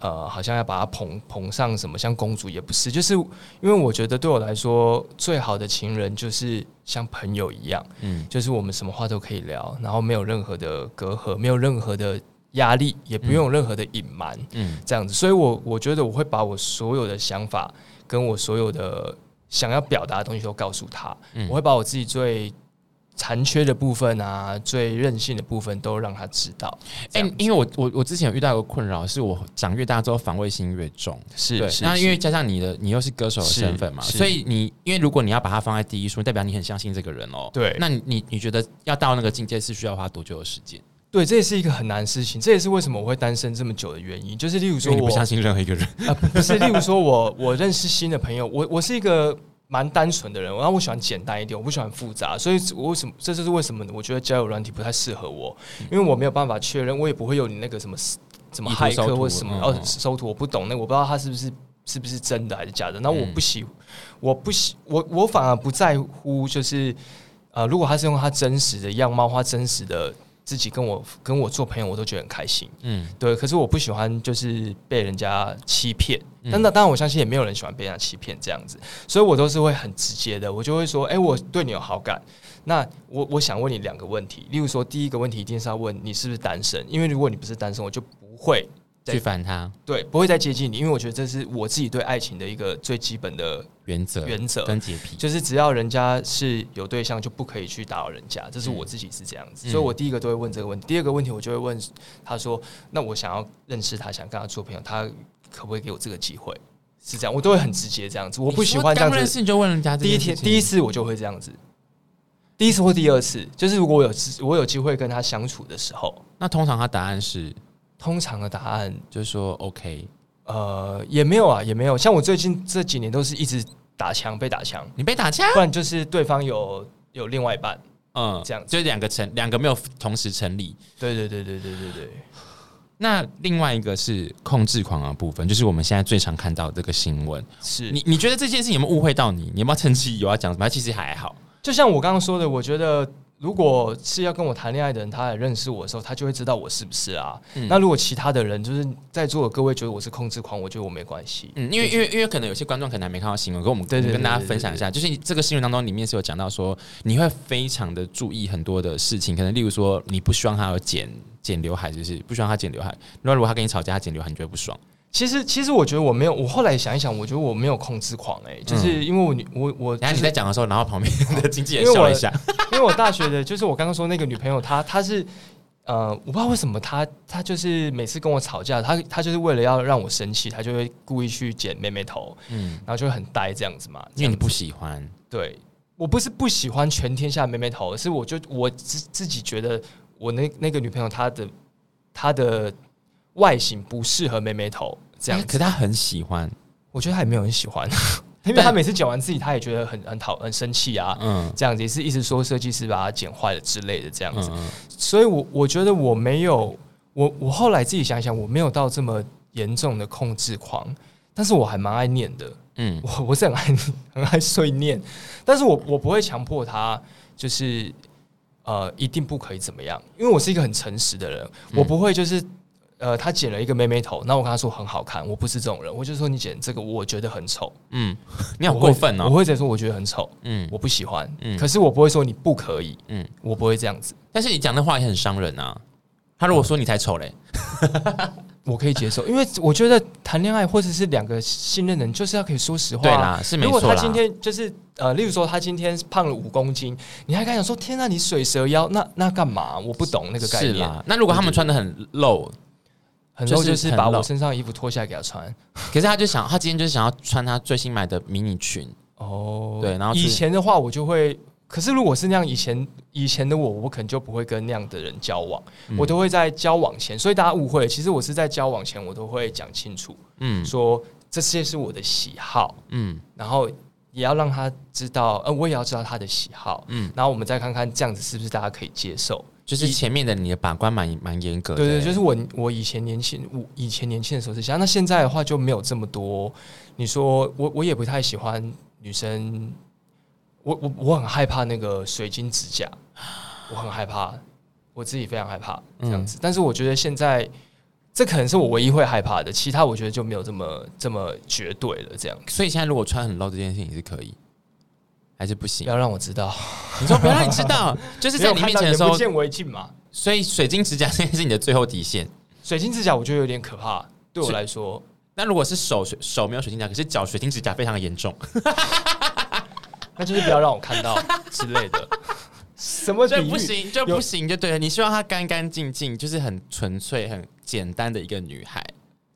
Speaker 1: 呃，好像要把她捧捧上什么，像公主也不是，就是因为我觉得对我来说，最好的情人就是像朋友一样，
Speaker 2: 嗯
Speaker 1: 就是我们什么话都可以聊，然后没有任何的隔阂，没有任何的压力，也不用有任何的隐瞒，
Speaker 2: 嗯
Speaker 1: 这样子。所以我我觉得我会把我所有的想法跟我所有的想要表达的东西都告诉他，
Speaker 2: 嗯
Speaker 1: 我会把我自己最残缺的部分啊，最任性的部分都让他知道。
Speaker 2: 哎、
Speaker 1: 这样
Speaker 2: 因为我我我之前有遇到一个困扰，是我长越大之后防卫心越重。
Speaker 1: 是
Speaker 2: 对，
Speaker 1: 是，
Speaker 2: 那因为
Speaker 1: 是
Speaker 2: 加上你的，你又是歌手的
Speaker 1: 是
Speaker 2: 身份嘛，
Speaker 1: 是
Speaker 2: 所以你因为如果你要把它放在第一顺位，代表你很相信这个人哦。
Speaker 1: 对
Speaker 2: 那你你你觉得要到那个境界是需要花多久的时间？
Speaker 1: 对，这也是一个很难的事情，这也是为什么我会单身这么久的原因。就是例如
Speaker 2: 因
Speaker 1: 说
Speaker 2: 为你
Speaker 1: 我
Speaker 2: 不相信任何一个人。
Speaker 1: 啊，不不是，例如说我我认识新的朋友，我我是一个蛮单纯的人，然后我喜欢简单一点，我不喜欢复杂，所以我为什么这就是为什么我觉得交友软体不太适合我，
Speaker 2: 嗯
Speaker 1: 因为我没有办法确认，我也不会有你那个什么什么
Speaker 2: 意图
Speaker 1: 骇
Speaker 2: 搜
Speaker 1: 客
Speaker 2: 图
Speaker 1: 或什么
Speaker 2: 嗯
Speaker 1: 哦
Speaker 2: 嗯
Speaker 1: 收图，我不懂那个，我不知道他是不是。是不是真的还是假的？那我
Speaker 2: 嗯
Speaker 1: 不喜，我不喜，我我反而不在乎，就是呃，如果他是用他真实的样貌，他真实的自己跟我跟我做朋友，我都觉得很开心。
Speaker 2: 嗯，
Speaker 1: 对，可是我不喜欢就是被人家欺骗，
Speaker 2: 嗯
Speaker 1: 但那当然我相信也没有人喜欢被人家欺骗这样子，所以我都是会很直接的，我就会说，哎、我对你有好感，那我我想问你两个问题，例如说第一个问题一定是要问你是不是单身，因为如果你不是单身，我就不会对
Speaker 2: 去烦他
Speaker 1: 对不会再接近你，因为我觉得这是我自己对爱情的一个最基本的
Speaker 2: 原则
Speaker 1: 原则，
Speaker 2: 跟洁癖。
Speaker 1: 就是只要人家是有对象，就不可以去打扰人家。这是我自己是这样子，
Speaker 2: 嗯
Speaker 1: 所以我第一个都会问这个问题。第二个问题，我就会问他说：“那我想要认识他，想跟他做朋友，他可不可以给我这个机会？”是这样，我都会很直接这样子，我不喜欢这
Speaker 2: 刚
Speaker 1: 样
Speaker 2: 认
Speaker 1: 子。
Speaker 2: 识你就问人家这
Speaker 1: 第一
Speaker 2: 件事
Speaker 1: 天
Speaker 2: 情。
Speaker 1: 第一次我就会这样子，第一次或第二次，就是如果我有我有机会跟他相处的时候，
Speaker 2: 那通常他答案是
Speaker 1: 通常的答案
Speaker 2: 就是说 OK，
Speaker 1: 呃也没有啊，也没有。像我最近这几年都是一直打枪被打枪，
Speaker 2: 你被打架，
Speaker 1: 不然就是对方有有另外一半。
Speaker 2: 嗯，
Speaker 1: 这样子
Speaker 2: 就是两个成两个没有同时成立。
Speaker 1: 对对对对对对对。
Speaker 2: 那另外一个是控制狂的部分，就是我们现在最常看到的这个新闻。
Speaker 1: 是
Speaker 2: 你你觉得这件事情有没有误会到你？你有没有趁机有要啊讲什么？其实还好，
Speaker 1: 就像我刚刚说的，我觉得如果是要跟我谈恋爱的人，他来认识我的时候，他就会知道我是不是啊。
Speaker 2: 嗯
Speaker 1: 那如果其他的人，就是在座的各位觉得我是控制狂，我觉得我没关系。
Speaker 2: 嗯，因为因为因为可能有些观众可能还没看到新闻，跟我们
Speaker 1: 对对对
Speaker 2: 我们跟大家分享一下，就是这个新闻当中里面是有讲到说，你会非常的注意很多的事情，可能例如说你不希望他有剪剪刘海，就是不希望他剪刘海。那如果他跟你吵架，他剪刘海，你就会不爽。
Speaker 1: 其实，其实我觉得我没有，我后来想一想，我觉得我没有控制狂、哎，就是因为我女我我，
Speaker 2: 然
Speaker 1: 就
Speaker 2: 后 你
Speaker 1: 是
Speaker 2: 在讲的时候，然后旁边的经纪人
Speaker 1: 因为我
Speaker 2: 笑了一下，
Speaker 1: 因为我大学的，就是我刚刚说那个女朋友，她她是。呃，我不知道为什么她她就是每次跟我吵架，她她就是为了要让我生气，她就会故意去剪妹妹头，
Speaker 2: 嗯，
Speaker 1: 然后就会很呆这样子嘛。
Speaker 2: 因为你不喜欢，
Speaker 1: 对我不是不喜欢全天下的妹妹头，是我就我自自己觉得我那那个女朋友她的她的外形不适合妹妹头这样
Speaker 2: 哎可
Speaker 1: 子，
Speaker 2: 是他很喜欢，
Speaker 1: 我觉得她也没有很喜 欢，因为
Speaker 2: 但
Speaker 1: 她每次剪完自己，她也觉得很很讨很生气啊。
Speaker 2: 嗯
Speaker 1: 这样子也是一直说设计师把她剪坏了之类的这样
Speaker 2: 嗯
Speaker 1: 子，
Speaker 2: 嗯，
Speaker 1: 所以我我觉得我没有我我后来自己想想，我没有到这么严重的控制狂，但是我还蛮爱念的，
Speaker 2: 嗯
Speaker 1: 我 我是很爱很爱碎念，但是我我不会强迫他，就是呃一定不可以怎么样，因为我是一个很诚实的人，我
Speaker 2: 嗯
Speaker 1: 不会就是呃他剪了一个妹妹头，那我跟他说很好看，我不是这种人，我就说你剪这个我觉得很丑，
Speaker 2: 嗯，你好过分
Speaker 1: 我会
Speaker 2: 哦，
Speaker 1: 我会直接说我觉得很丑，
Speaker 2: 嗯
Speaker 1: 我不喜欢，
Speaker 2: 嗯
Speaker 1: 可是我不会说你不可以，
Speaker 2: 嗯，
Speaker 1: 我不会这样子，嗯
Speaker 2: 但是你讲的话也很伤人啊。他如果说你才丑嘞，
Speaker 1: 我可以接受，因为我觉得谈恋爱或者是两个信任的人，就是要可以说实话、
Speaker 2: 对，啦，是没
Speaker 1: 如果
Speaker 2: 错
Speaker 1: 他
Speaker 2: 啦。
Speaker 1: 今天就是呃，例如说他今天胖了五公斤，你还敢讲说天啊，你水蛇腰，那那干嘛？我不懂那个概
Speaker 2: 是
Speaker 1: 念。嗯
Speaker 2: 啦，那如果他们穿的很露，
Speaker 1: 很
Speaker 2: 就
Speaker 1: 多
Speaker 2: 是
Speaker 1: 就是
Speaker 2: 很
Speaker 1: 把我
Speaker 2: 露
Speaker 1: 身上的衣服脱下来给他穿。
Speaker 2: 可是他就想，他今天就是想要穿他最新买的迷你裙，
Speaker 1: 哦，
Speaker 2: 对然后
Speaker 1: 以
Speaker 2: 是
Speaker 1: 前的话我就会，可是如果是那样以前以前的我，我可能就不会跟那样的人交往，
Speaker 2: 嗯
Speaker 1: 我都会在交往前，所以大家误会，其实我是在交往前我都会讲清楚，
Speaker 2: 嗯
Speaker 1: 说这些是我的喜好，
Speaker 2: 嗯
Speaker 1: 然后也要让他知道，呃，我也要知道他的喜好，
Speaker 2: 嗯，
Speaker 1: 然后我们再看看这样子是不是大家可以接受。
Speaker 2: 就是
Speaker 1: 以
Speaker 2: 前面的你的把关蛮蛮严格的欸，
Speaker 1: 对对，就是我我以前年轻，我以前年轻的时候是这样，那现在的话就没有这么多。你说我我也不太喜欢女生，我我我很害怕那个水晶指甲，我很害怕，我自己非常害怕这样
Speaker 2: 嗯
Speaker 1: 子。但是我觉得现在这可能是我唯一会害怕的，其他我觉得就没有这么这么绝对了。这样
Speaker 2: 所以现在如果穿很露这件事情是可以，还是不行
Speaker 1: 不？要让我知道，
Speaker 2: 你说不要让你知道，就是在你面前的时
Speaker 1: 没有看到眼
Speaker 2: 候
Speaker 1: 不，见为净嘛。
Speaker 2: 所以水晶指甲现在是你的最后底线。
Speaker 1: 水晶指甲我觉得有点可怕，对我来说，
Speaker 2: 那如果是手水手没有水晶指甲，可是脚水晶指甲非常的严重，
Speaker 1: 那就是不要让我看 到之类的。什么比
Speaker 2: 这
Speaker 1: 喻
Speaker 2: 不行，这不行，就对了。你希望她干干净净，就是很纯粹、很简单的一个女孩。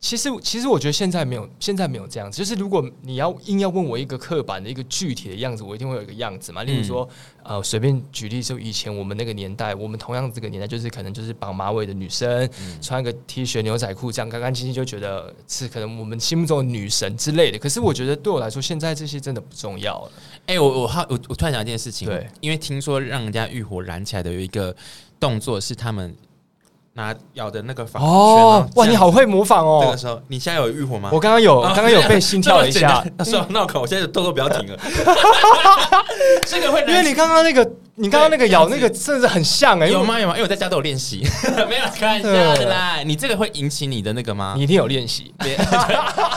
Speaker 1: 其实，其实我觉得现在没有，现在没有这样子。就是如果你要硬要问我一个刻板的一个具体的样子，我一定会有一个样子嘛。例如说，呃，随便举例，就以前我们那个年代，我们同样这个年代，就是可能就是绑马尾的女生，穿个 T 恤、牛仔裤，这样干干净净，就觉得是可能我们心目中的女神之类的。可是我觉得对我来说，现在这些真的不重要了。
Speaker 2: 哎、我我好，我我突然想一件事情，
Speaker 1: 对，
Speaker 2: 因为听说让人家浴火燃起来的有一个动作是他们拿咬的那个发圈
Speaker 1: 哦，哇，你。
Speaker 2: 然后
Speaker 1: 好会模仿
Speaker 2: 这样这个
Speaker 1: 哦！
Speaker 2: 时候，你现在有浴火吗？
Speaker 1: 我刚刚有，
Speaker 2: 哦
Speaker 1: 刚刚有被心跳了一 下，
Speaker 2: 这么简单算 了，那我靠，我现在的动作不要停 了。这个会
Speaker 1: 因为你刚刚那个，你刚刚那个咬那个，真的是很像哎、因为
Speaker 2: 有吗？有吗？因为我在家都有 练习， 没有开玩笑的啦。你这个会引起你的那个吗
Speaker 1: 你？一定有练习。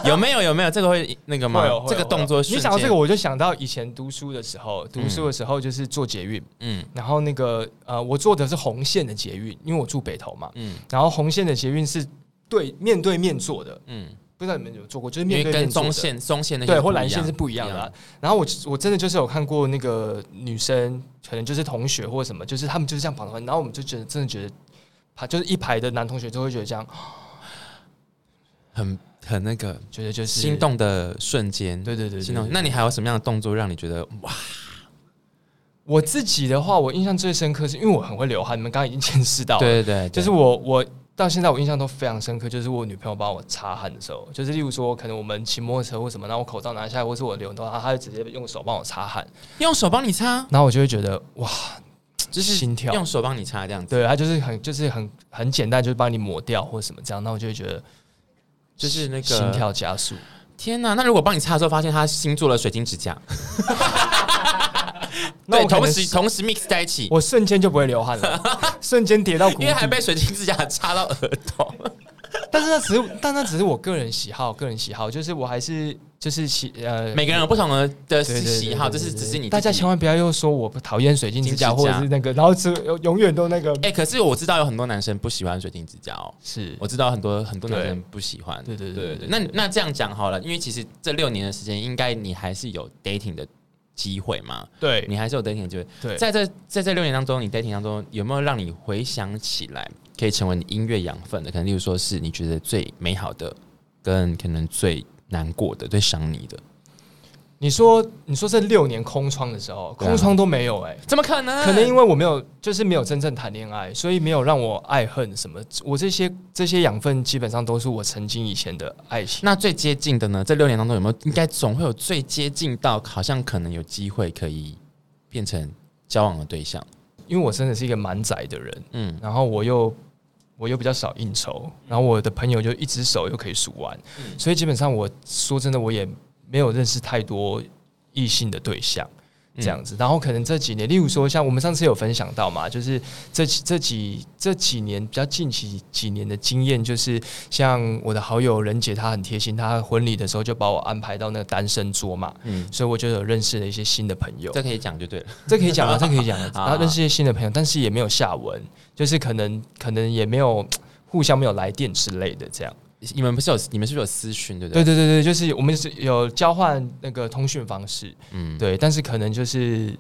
Speaker 2: 有没有？有没有？这个会那个吗
Speaker 1: 会有会？有
Speaker 2: 这个动作
Speaker 1: 你
Speaker 2: 瞬
Speaker 1: 想到这
Speaker 2: 间
Speaker 1: 个，，我就想到以前读书的时候，读书的时候就是坐捷运，
Speaker 2: 嗯
Speaker 1: 然后那个呃，我坐的是红线的捷运，因为我住北投嘛，
Speaker 2: 嗯
Speaker 1: 然后红线的捷运是对面对面坐的，
Speaker 2: 嗯，
Speaker 1: 不知道你们有坐过，就是
Speaker 2: 因
Speaker 1: 面
Speaker 2: 为
Speaker 1: 对面
Speaker 2: 跟
Speaker 1: 坐
Speaker 2: 中
Speaker 1: 的。
Speaker 2: 线、中线那些
Speaker 1: 对，
Speaker 2: 不
Speaker 1: 或
Speaker 2: 一样
Speaker 1: 蓝线是不一样的啊、
Speaker 2: 不
Speaker 1: 然后我我真的就是有看过那个女生，可能就是同学或什么，就是他们就是这样绑的话，然后我们就觉得真的觉得，他就是一排的男同学就会觉得这样，
Speaker 2: 很很那个
Speaker 1: 觉得就是
Speaker 2: 心。动的瞬间。
Speaker 1: 对对对对
Speaker 2: 心动
Speaker 1: 对。
Speaker 2: 那你还有什么样的动作让你觉得哇？
Speaker 1: 我自己的话，我印象最深刻是因为我很会流汗，你们刚刚已经见识到了。
Speaker 2: 对对对，
Speaker 1: 就是我我到现在我印象都非常深刻，就是我女朋友帮我擦汗的时候，就是例如说可能我们骑摩托车或什么，然后我口罩拿下来，或是我流动，然后她就直接用手帮我擦汗，
Speaker 2: 用手帮你擦，
Speaker 1: 然后我就会觉得哇，
Speaker 2: 就是
Speaker 1: 心跳
Speaker 2: 用手帮你擦这样子，
Speaker 1: 对，她就是很就是很很简单，就是帮你抹掉或什么这样，那我就会觉得
Speaker 2: 就是那个
Speaker 1: 心跳加速，
Speaker 2: 天哪！那如果帮你擦的时候发现他新做了水晶指甲，
Speaker 1: 那
Speaker 2: 对，
Speaker 1: 我可
Speaker 2: 同
Speaker 1: 能
Speaker 2: 时同时 mix 在一起，
Speaker 1: 我瞬间就不会流汗 了，瞬间跌到谷
Speaker 2: 因
Speaker 1: 底
Speaker 2: 为。还被水晶指甲 插到额头。
Speaker 1: 但是那只是但那只是我个人喜好，个人喜好就是我还是就是喜呃
Speaker 2: 每个人有不同的的
Speaker 1: 对对对
Speaker 2: 喜好，
Speaker 1: 对对
Speaker 2: 这是
Speaker 1: 对
Speaker 2: 只
Speaker 1: 对
Speaker 2: 是你
Speaker 1: 大家
Speaker 2: 自己
Speaker 1: 千万不要又说我不讨厌水晶指
Speaker 2: 指甲
Speaker 1: 甲或者是那个，然后只永永远都那个
Speaker 2: 哎、可是我知道有很多男生不喜欢水晶指甲哦，
Speaker 1: 是
Speaker 2: 我知道很多很多男
Speaker 1: 对
Speaker 2: 生不喜欢。
Speaker 1: 对对对对对
Speaker 2: 那那这样讲好了，因为其实这六年的时间，应该你还是有 dating 的机会嘛，
Speaker 1: 对
Speaker 2: 你还是有 dating 的机会。
Speaker 1: 对
Speaker 2: 在这在这六年当中，你 dating 当中有没有让你回想起来可以成为你音乐养分的？可能例如说是你觉得最美好的，跟可能最难过的、最伤你的，
Speaker 1: 你说你说这六年空窗的时候，
Speaker 2: 对啊
Speaker 1: 空窗都没有哎、
Speaker 2: 怎么可能？
Speaker 1: 可能因为我没有，就是没有真正谈恋爱，所以没有让我爱恨什么。我这些这些养分基本上都是我曾经以前的爱情。
Speaker 2: 那最接近的呢？这六年当中有没有应该总会有最接近到好像可能有机会可以变成交往的对象？
Speaker 1: 因为我真的是一个蛮宅的人，
Speaker 2: 嗯
Speaker 1: 然后我又我又比较少应酬，然后我的朋友就一只手又可以数完，所以基本上我说真的，我也没有认识太多异性的对象。这样子，然后可能这几年，例如说像我们上次有分享到嘛，就是这几这几这几年比较近期几年的经验，就是像我的好友任姐，她很贴心，她婚礼的时候就把我安排到那个单身桌嘛，
Speaker 2: 嗯，
Speaker 1: 所以我就有认识了一些新的朋友。
Speaker 2: 这可以讲就对了。
Speaker 1: 这可以讲啊，这可以讲啊。
Speaker 2: 好
Speaker 1: 然后认识一些新的朋友，但是也没有下文，就是可能可能也没有互相没有来电之类的这样。
Speaker 2: 你们不是有你们是不是有私讯对不
Speaker 1: 对
Speaker 2: 对？
Speaker 1: 对对对，就是我们是有交换那个通讯方式，
Speaker 2: 嗯，
Speaker 1: 对，但是可能就是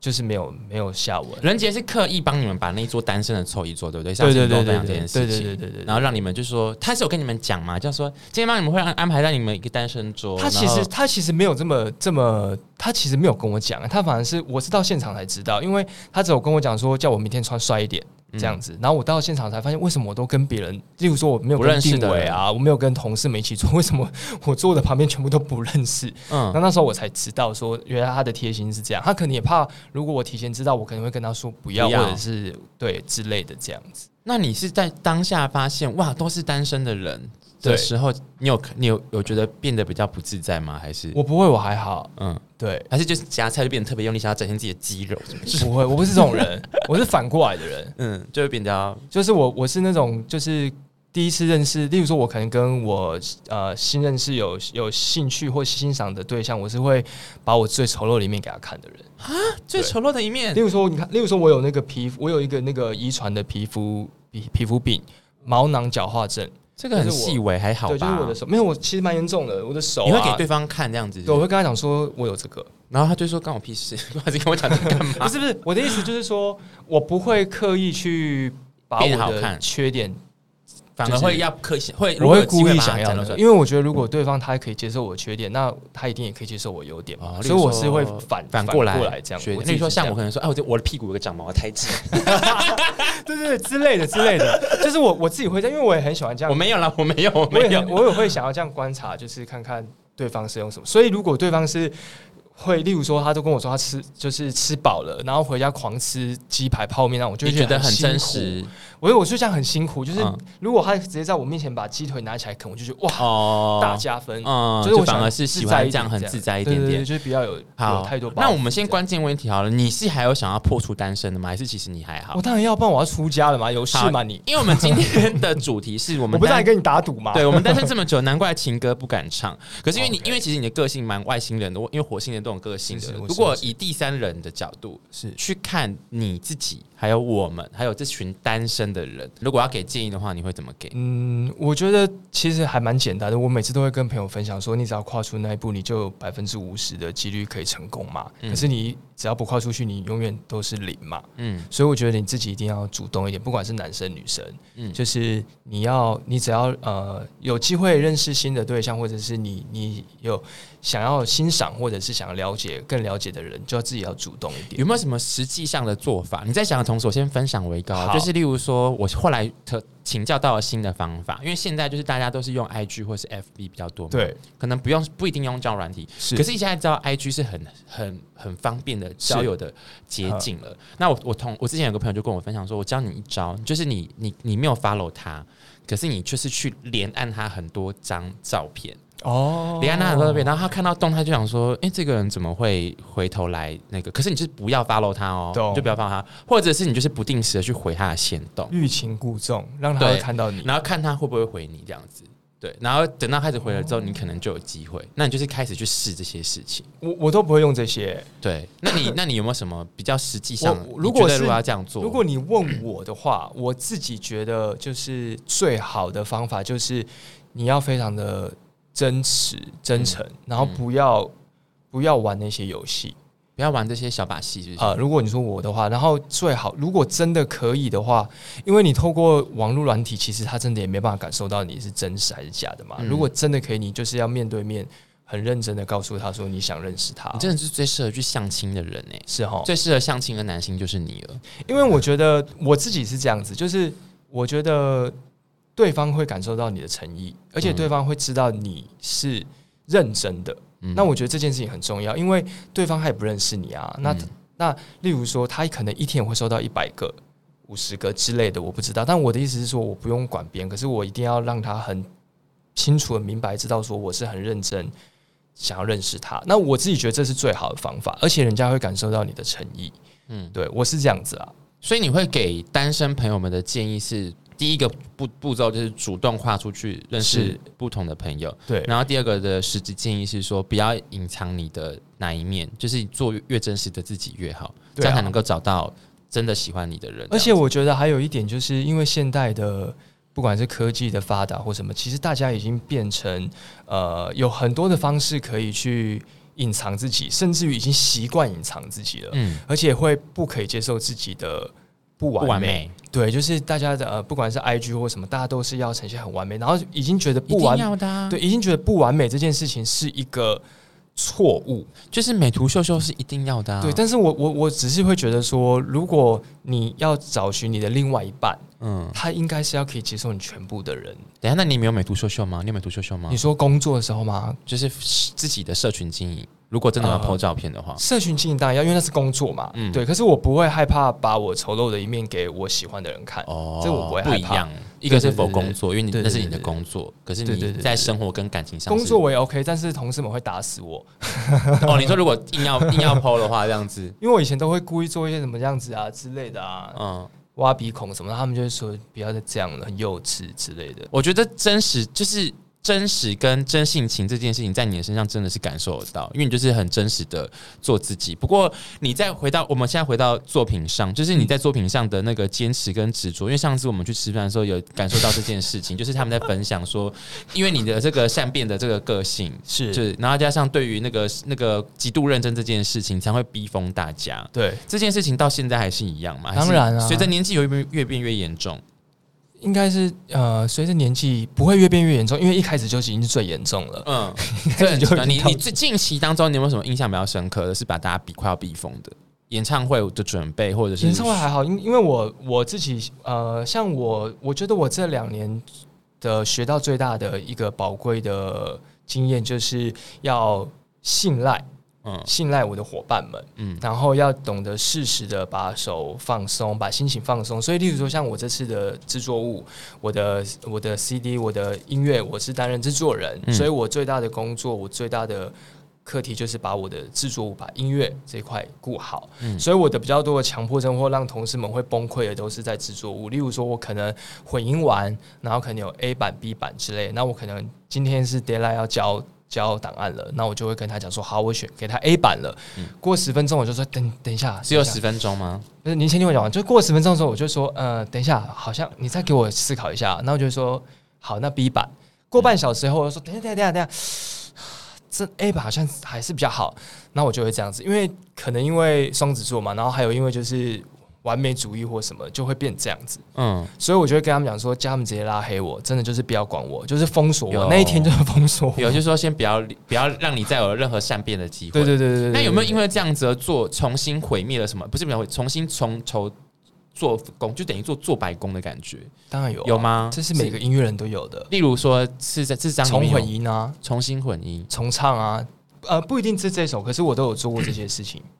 Speaker 1: 就是没有没有下文。
Speaker 2: 任杰是刻意帮你们把那一桌单身的凑一桌，对不对？
Speaker 1: 对对
Speaker 2: 像
Speaker 1: 对
Speaker 2: 秦东
Speaker 1: 对
Speaker 2: 分享这
Speaker 1: 对对
Speaker 2: 件事
Speaker 1: 对
Speaker 2: 情，
Speaker 1: 对对对。
Speaker 2: 然后让你们就说他是有跟你们讲嘛，就说今天帮你们会安安排在你们一个单身桌。
Speaker 1: 他其
Speaker 2: 哦然后
Speaker 1: 实他其实没有这么这么，他其实没有跟我讲，他反而是我是到现场才知道，因为他只有跟我讲说叫我明天穿帅一点
Speaker 2: 嗯
Speaker 1: 这样子，然后我到现场才发现为什么我都跟别人，例如说我没有
Speaker 2: 不
Speaker 1: 跟
Speaker 2: 认识
Speaker 1: 定
Speaker 2: 的人
Speaker 1: 伟啊，我没有跟同事们一起坐， 为什么我坐的旁边全部都不认识？
Speaker 2: 嗯
Speaker 1: 那那时候我才知道说，原来他的贴心是这样，他可能也怕如果我提前知道，我可能会跟他说不要，
Speaker 2: 不要
Speaker 1: 或者是对之类的这样子。
Speaker 2: 那你是在当下发现哇都是单身的人
Speaker 1: 对
Speaker 2: 的时候，你有你有有觉得变得比较不自在吗？还是
Speaker 1: 我不会，我还好，
Speaker 2: 嗯，
Speaker 1: 对，
Speaker 2: 还是就是夹菜就变得特别用力，想要展现自己的肌肉什么之类的
Speaker 1: 不会，我不是这种人，我是反过来的人。
Speaker 2: 嗯，就会变得
Speaker 1: 就是我我是那种就是第一次认识，例如说，我可能跟我呃新认识有有兴趣或欣赏的对象，我是会把我最丑陋的一面给他看的人。
Speaker 2: 最丑陋的一面
Speaker 1: 例。如说，你看，例如说我有那个皮肤，我有一个那个遗传的皮肤皮皮肤病。毛囊角化症，
Speaker 2: 这个很
Speaker 1: 就是我
Speaker 2: 细微，还好吧？
Speaker 1: 对，就是我的手，没有，我其实蛮严重的，我的手、啊，
Speaker 2: 你会给对方看这样子，
Speaker 1: 对，我会跟他讲说，我有这个，
Speaker 2: 然后他就说关我屁事， 还是跟我讲这个干
Speaker 1: 不
Speaker 2: 嘛？
Speaker 1: 是不是，我的意思就是说，我不会刻意去把
Speaker 2: 变
Speaker 1: 我
Speaker 2: 好
Speaker 1: 的
Speaker 2: 看
Speaker 1: 缺点
Speaker 2: 反而会要刻意，会如
Speaker 1: 我
Speaker 2: 果
Speaker 1: 会
Speaker 2: 有机
Speaker 1: 故意
Speaker 2: 会把它
Speaker 1: 想要
Speaker 2: 展露出
Speaker 1: 的，
Speaker 2: 来
Speaker 1: 因为我觉得如果对方他可以接受我的缺点，那他一定也可以接受我优点嘛
Speaker 2: 哦，例
Speaker 1: 所以
Speaker 2: 如
Speaker 1: 我是会
Speaker 2: 说
Speaker 1: 反
Speaker 2: 反
Speaker 1: 过
Speaker 2: 过来
Speaker 1: 这样
Speaker 2: 学。
Speaker 1: 我
Speaker 2: 的
Speaker 1: 自己
Speaker 2: 例如说
Speaker 1: 是这
Speaker 2: 像
Speaker 1: 样
Speaker 2: 我可能说，哎，我这我的屁股有个长毛，我太直，
Speaker 1: 对对对之类的之类的，就是我我自己会这样，因为我也很喜欢这
Speaker 2: 我
Speaker 1: 样，
Speaker 2: 没有啦，我没有，我
Speaker 1: 我
Speaker 2: 没
Speaker 1: 也很
Speaker 2: 有，
Speaker 1: 我也会想要这样观察，就是看看对方是用什么。所以如果对方是会，例如说他都跟我说他吃就是吃饱了，然后回家狂吃鸡排泡面，那我就
Speaker 2: 就
Speaker 1: 会
Speaker 2: 觉得很
Speaker 1: 很
Speaker 2: 真
Speaker 1: 辛苦。
Speaker 2: 实
Speaker 1: 我觉得我就这样很辛苦，就是
Speaker 2: 嗯
Speaker 1: 如果他直接在我面前把鸡腿拿起来啃，我就觉得哇
Speaker 2: 哦
Speaker 1: 大加分。
Speaker 2: 嗯，
Speaker 1: 就是我
Speaker 2: 就反
Speaker 1: 想
Speaker 2: 而是
Speaker 1: 自
Speaker 2: 喜
Speaker 1: 在
Speaker 2: 欢
Speaker 1: 一
Speaker 2: 这样
Speaker 1: 点
Speaker 2: 很自在一点
Speaker 1: 对对
Speaker 2: 点
Speaker 1: 对。就是比较有有
Speaker 2: 好
Speaker 1: 太多包袱。
Speaker 2: 那我们先
Speaker 1: 这样，
Speaker 2: 关键问题好了，你是还有想要破除单身的吗？还是其实你还好
Speaker 1: 我？当然要，不然我要出家了嘛，有事
Speaker 2: 好
Speaker 1: 嘛你？
Speaker 2: 因为我们今天的主题是我
Speaker 1: 我
Speaker 2: 们
Speaker 1: 不是
Speaker 2: 单
Speaker 1: 来跟你打赌吗？
Speaker 2: 对，我们单身这么久，难怪情歌不敢唱。可是因为你
Speaker 1: OK
Speaker 2: 因为其实你的个性蛮外星人的，我因为火星人都有个性的。
Speaker 1: 哦是是我是
Speaker 2: 如果
Speaker 1: 我是
Speaker 2: 以第三人的角度
Speaker 1: 是
Speaker 2: 去看你自己，还有我们，还有这群单身的人，如果要给建议的话，你会怎么给？
Speaker 1: 嗯，我觉得其实还蛮简单的。我每次都会跟朋友分享说，你只要跨出那一步，你就有百分之五十的几率可以成功嘛。
Speaker 2: 嗯
Speaker 1: 可是你只要不跨出去，你永远都是零嘛。
Speaker 2: 嗯
Speaker 1: 所以我觉得你自己一定要主动一点，不管是男生女生，
Speaker 2: 嗯，
Speaker 1: 就是你要，你只要呃有机会认识新的对象，或者是你你有想要欣赏或者是想要了解更了解的人，就要自己要主动一点。
Speaker 2: 有没有什么实际上的做法？你在想的同时，我先分享为高，
Speaker 1: 好
Speaker 2: 就是例如说，我后来特请教到了新的方法，因为现在就是大家都是用 IG 或是 FB 比较多嘛，，
Speaker 1: 对，
Speaker 2: 可能不用不一定用交友软体，
Speaker 1: 是
Speaker 2: 可是你现在知道 IG 是很很很方便的交友的捷径了。那我我同我之前有个朋友就跟我分享说，我教你一招，就是你你你没有 follow 他，可是你就是去连按他很多张照片，
Speaker 1: 哦
Speaker 2: 连按他很多照片，然后他看到动态就想说，诶，这个人怎么会回头来那个？可是你就是不要 follow 他哦，
Speaker 1: 懂
Speaker 2: 你就不要 follow 他，或者是你就是不定时的去回他的线动，
Speaker 1: 欲擒故纵，让他会
Speaker 2: 对
Speaker 1: 看到你。
Speaker 2: 然后看他会不会回你这样子。对，然后等到开始回了之后，你可能就有机会。那你就是开始去试这些事情。
Speaker 1: 我我都不会用这些。
Speaker 2: 对，那 你那你有没有什么比较实际上
Speaker 1: 我
Speaker 2: 的？
Speaker 1: 如果
Speaker 2: 你觉得
Speaker 1: 是
Speaker 2: 如果要这样做，
Speaker 1: 如果你问我的话，我自己觉得就是最好的方法就是你要非常的真实真诚，
Speaker 2: 嗯
Speaker 1: 然后不要、不要玩那些游戏。
Speaker 2: 不要玩这些小把戏，是不是？
Speaker 1: 啊，如果你说我的话，然后最好如果真的可以的话，因为你透过网络软体，其实他真的也没办法感受到你是真实还是假的嘛。
Speaker 2: 嗯
Speaker 1: 如果真的可以，你就是要面对面，很认真的告诉他说你想认识他
Speaker 2: 你，真的是最适合去相亲的人呢、欸
Speaker 1: 是哈。
Speaker 2: 最适合相亲的男性就是你了。
Speaker 1: 因为我觉得我自己是这样子，就是我觉得对方会感受到你的诚意，而且
Speaker 2: 嗯
Speaker 1: 对方会知道你是认真的。
Speaker 2: 嗯
Speaker 1: 那我觉得这件事情很重要，因为对方他也不认识你啊。那、
Speaker 2: 嗯
Speaker 1: 那例如说，他可能一天也会收到一百个、五十个之类的，我不知道。但我的意思是说，我不用管别人，可是我一定要让他很清楚的明白，知道说我是很认真想要认识他。那我自己觉得这是最好的方法，而且人家会感受到你的诚意。
Speaker 2: 嗯，
Speaker 1: 对我是这样子啊。
Speaker 2: 所以你会给单身朋友们的建议是：第一个步步骤就是主动跨出去认识
Speaker 1: 是
Speaker 2: 不同的朋友，
Speaker 1: 对，
Speaker 2: 然后第二个的实质建议是说，不要隐藏你的那一面，就是做越真实的自己越好，这
Speaker 1: 对啊
Speaker 2: 样才能够找到真的喜欢你的人。
Speaker 1: 而且
Speaker 2: 这样
Speaker 1: 我觉得还有一点，就是因为现代的不管是科技的发达或什么，其实大家已经变成呃有很多的方式可以去隐藏自己，甚至于已经习惯隐藏自己了，
Speaker 2: 嗯，
Speaker 1: 而且会不可以接受自己的不
Speaker 2: 不
Speaker 1: 完美。
Speaker 2: 完美，
Speaker 1: 对，就是大家的呃，不管是 IG 或什么，大家都是要呈现很完美，然后已经觉得
Speaker 2: 一
Speaker 1: 不
Speaker 2: 定
Speaker 1: 完
Speaker 2: 要的、啊。
Speaker 1: 对，，已经觉得不完美这件事情是一个错误。
Speaker 2: 就是美图秀秀是一定要的、啊。
Speaker 1: 对，但是我我我只是会觉得说，如果你要找寻你的另外一半，
Speaker 2: 嗯，
Speaker 1: 他应该是要可以接受你全部的人。
Speaker 2: 等一下，那你没有美图秀秀吗？你有美图秀秀吗
Speaker 1: 你？说工作的时候吗？
Speaker 2: 就是自己的社群经营，如果真的要
Speaker 1: 呃
Speaker 2: PO 照片的话，
Speaker 1: 社群经营当然要，因为那是工作嘛。
Speaker 2: 啊嗯
Speaker 1: 对。可是我不会害怕把我丑陋的一面给我喜欢的人看。
Speaker 2: 哦
Speaker 1: 这我不会害
Speaker 2: 不一
Speaker 1: 怕
Speaker 2: 样。一个是
Speaker 1: 对对
Speaker 2: 否
Speaker 1: 对
Speaker 2: 工作，因为你
Speaker 1: 对对
Speaker 2: 那是你
Speaker 1: 对
Speaker 2: 的
Speaker 1: 对
Speaker 2: 工作，可是
Speaker 1: 对对
Speaker 2: 你
Speaker 1: 对对
Speaker 2: 在
Speaker 1: 对
Speaker 2: 生活跟感情上
Speaker 1: 工
Speaker 2: 是
Speaker 1: 作我也 OK，但是同事们会打死我，
Speaker 2: 哦。你说如果硬要硬要 PO 的话，这样子，
Speaker 1: 因为我以前都会故意做一些什么样子啊之类的啊，
Speaker 2: 嗯，
Speaker 1: 挖鼻孔什么的，他们就会说不要再这样了，很幼稚之类的。
Speaker 2: 我觉得真实就是真实跟真性情这件事情，在你的身上真的是感受得到，因为你就是很真实的做自己。不过你再回到我们现在回到作品上，就是
Speaker 1: 嗯
Speaker 2: 你在作品上的那个坚持跟执着。因为上次我们去吃饭的时候有感受到这件事情，就是他们在分享说，因为你的这个善变的这个个性。
Speaker 1: 是
Speaker 2: 就是，然后加上对于那个那个极度认真这件事情，才会逼疯大家。
Speaker 1: 对，
Speaker 2: 这件事情到现在还是一样嘛？还
Speaker 1: 当
Speaker 2: 是
Speaker 1: 然啊
Speaker 2: 随着年纪有越变越变越严重。
Speaker 1: 应该是呃，随着年纪不会越变越严重，因为一开始就已经是最严重了。
Speaker 2: 嗯，
Speaker 1: 开始就
Speaker 2: 对，你
Speaker 1: 已经到
Speaker 2: 你最近期当中，你有没有什么印象比较深刻的是把大家逼快要逼疯的演唱会的准备，或者是
Speaker 1: 演唱会啊还好，因因为我我自己呃，像我，我觉得我这两年的学到最大的一个宝贵的经验，就是要信赖
Speaker 2: 嗯
Speaker 1: 信赖我的伙伴们，
Speaker 2: 嗯
Speaker 1: 然后要懂得适时的把手放松，把心情放松。所以，例如说像我这次的制作物，我的我的 CD，我的音乐，我是担任制作人，
Speaker 2: 嗯
Speaker 1: 所以我最大的工作，我最大的课题就是把我的制作物、把音乐这一块顾好。
Speaker 2: 嗯
Speaker 1: 所以我的比较多的强迫症或让同事们会崩溃的，都是在制作物。例如说，我可能混音完，然后可能有 A 版、B 版之类，那我可能今天是 deadline 要交。交档案了，那我就会跟他讲说，好，我选给他 A 版了。过十分钟，我就说等等一下，
Speaker 2: 只有
Speaker 1: 等一下
Speaker 2: 十分钟吗？
Speaker 1: 就是您先听我讲完，就过十分钟的时候，我就说，呃，等一下，好像你再给我思考一下。然后我就说，好，那 B 版。过半小时后，我就说，等一下，等一下，等一下，等一下，这 A 版好像还是比较好。那我就会这样子，因为可能因为双子座嘛，然后还有因为就是完美主义或什么，就会变这样子。
Speaker 2: 嗯，
Speaker 1: 所以我就会跟他们讲说，叫他们直接拉黑我，真的就是不要管我，就是封锁
Speaker 2: 有
Speaker 1: 我。那一天就是封锁我。
Speaker 2: 有就是说先不要不要让你再有任何善变的机会。
Speaker 1: 对对对对对。
Speaker 2: 那有没有因
Speaker 1: 为
Speaker 2: 为这样子而做重新毁灭了什么？不是没有重新从头做工，就等于做做白工的感觉，
Speaker 1: 当然有啊
Speaker 2: 有？吗？
Speaker 1: 这是每个音乐人都有的，
Speaker 2: 例如说是在是这张
Speaker 1: 重混
Speaker 2: 音，
Speaker 1: 音啊。
Speaker 2: 重新混音、
Speaker 1: 重唱啊，呃，不一定是这首，可是我都有做过这些事情。
Speaker 2: 嗯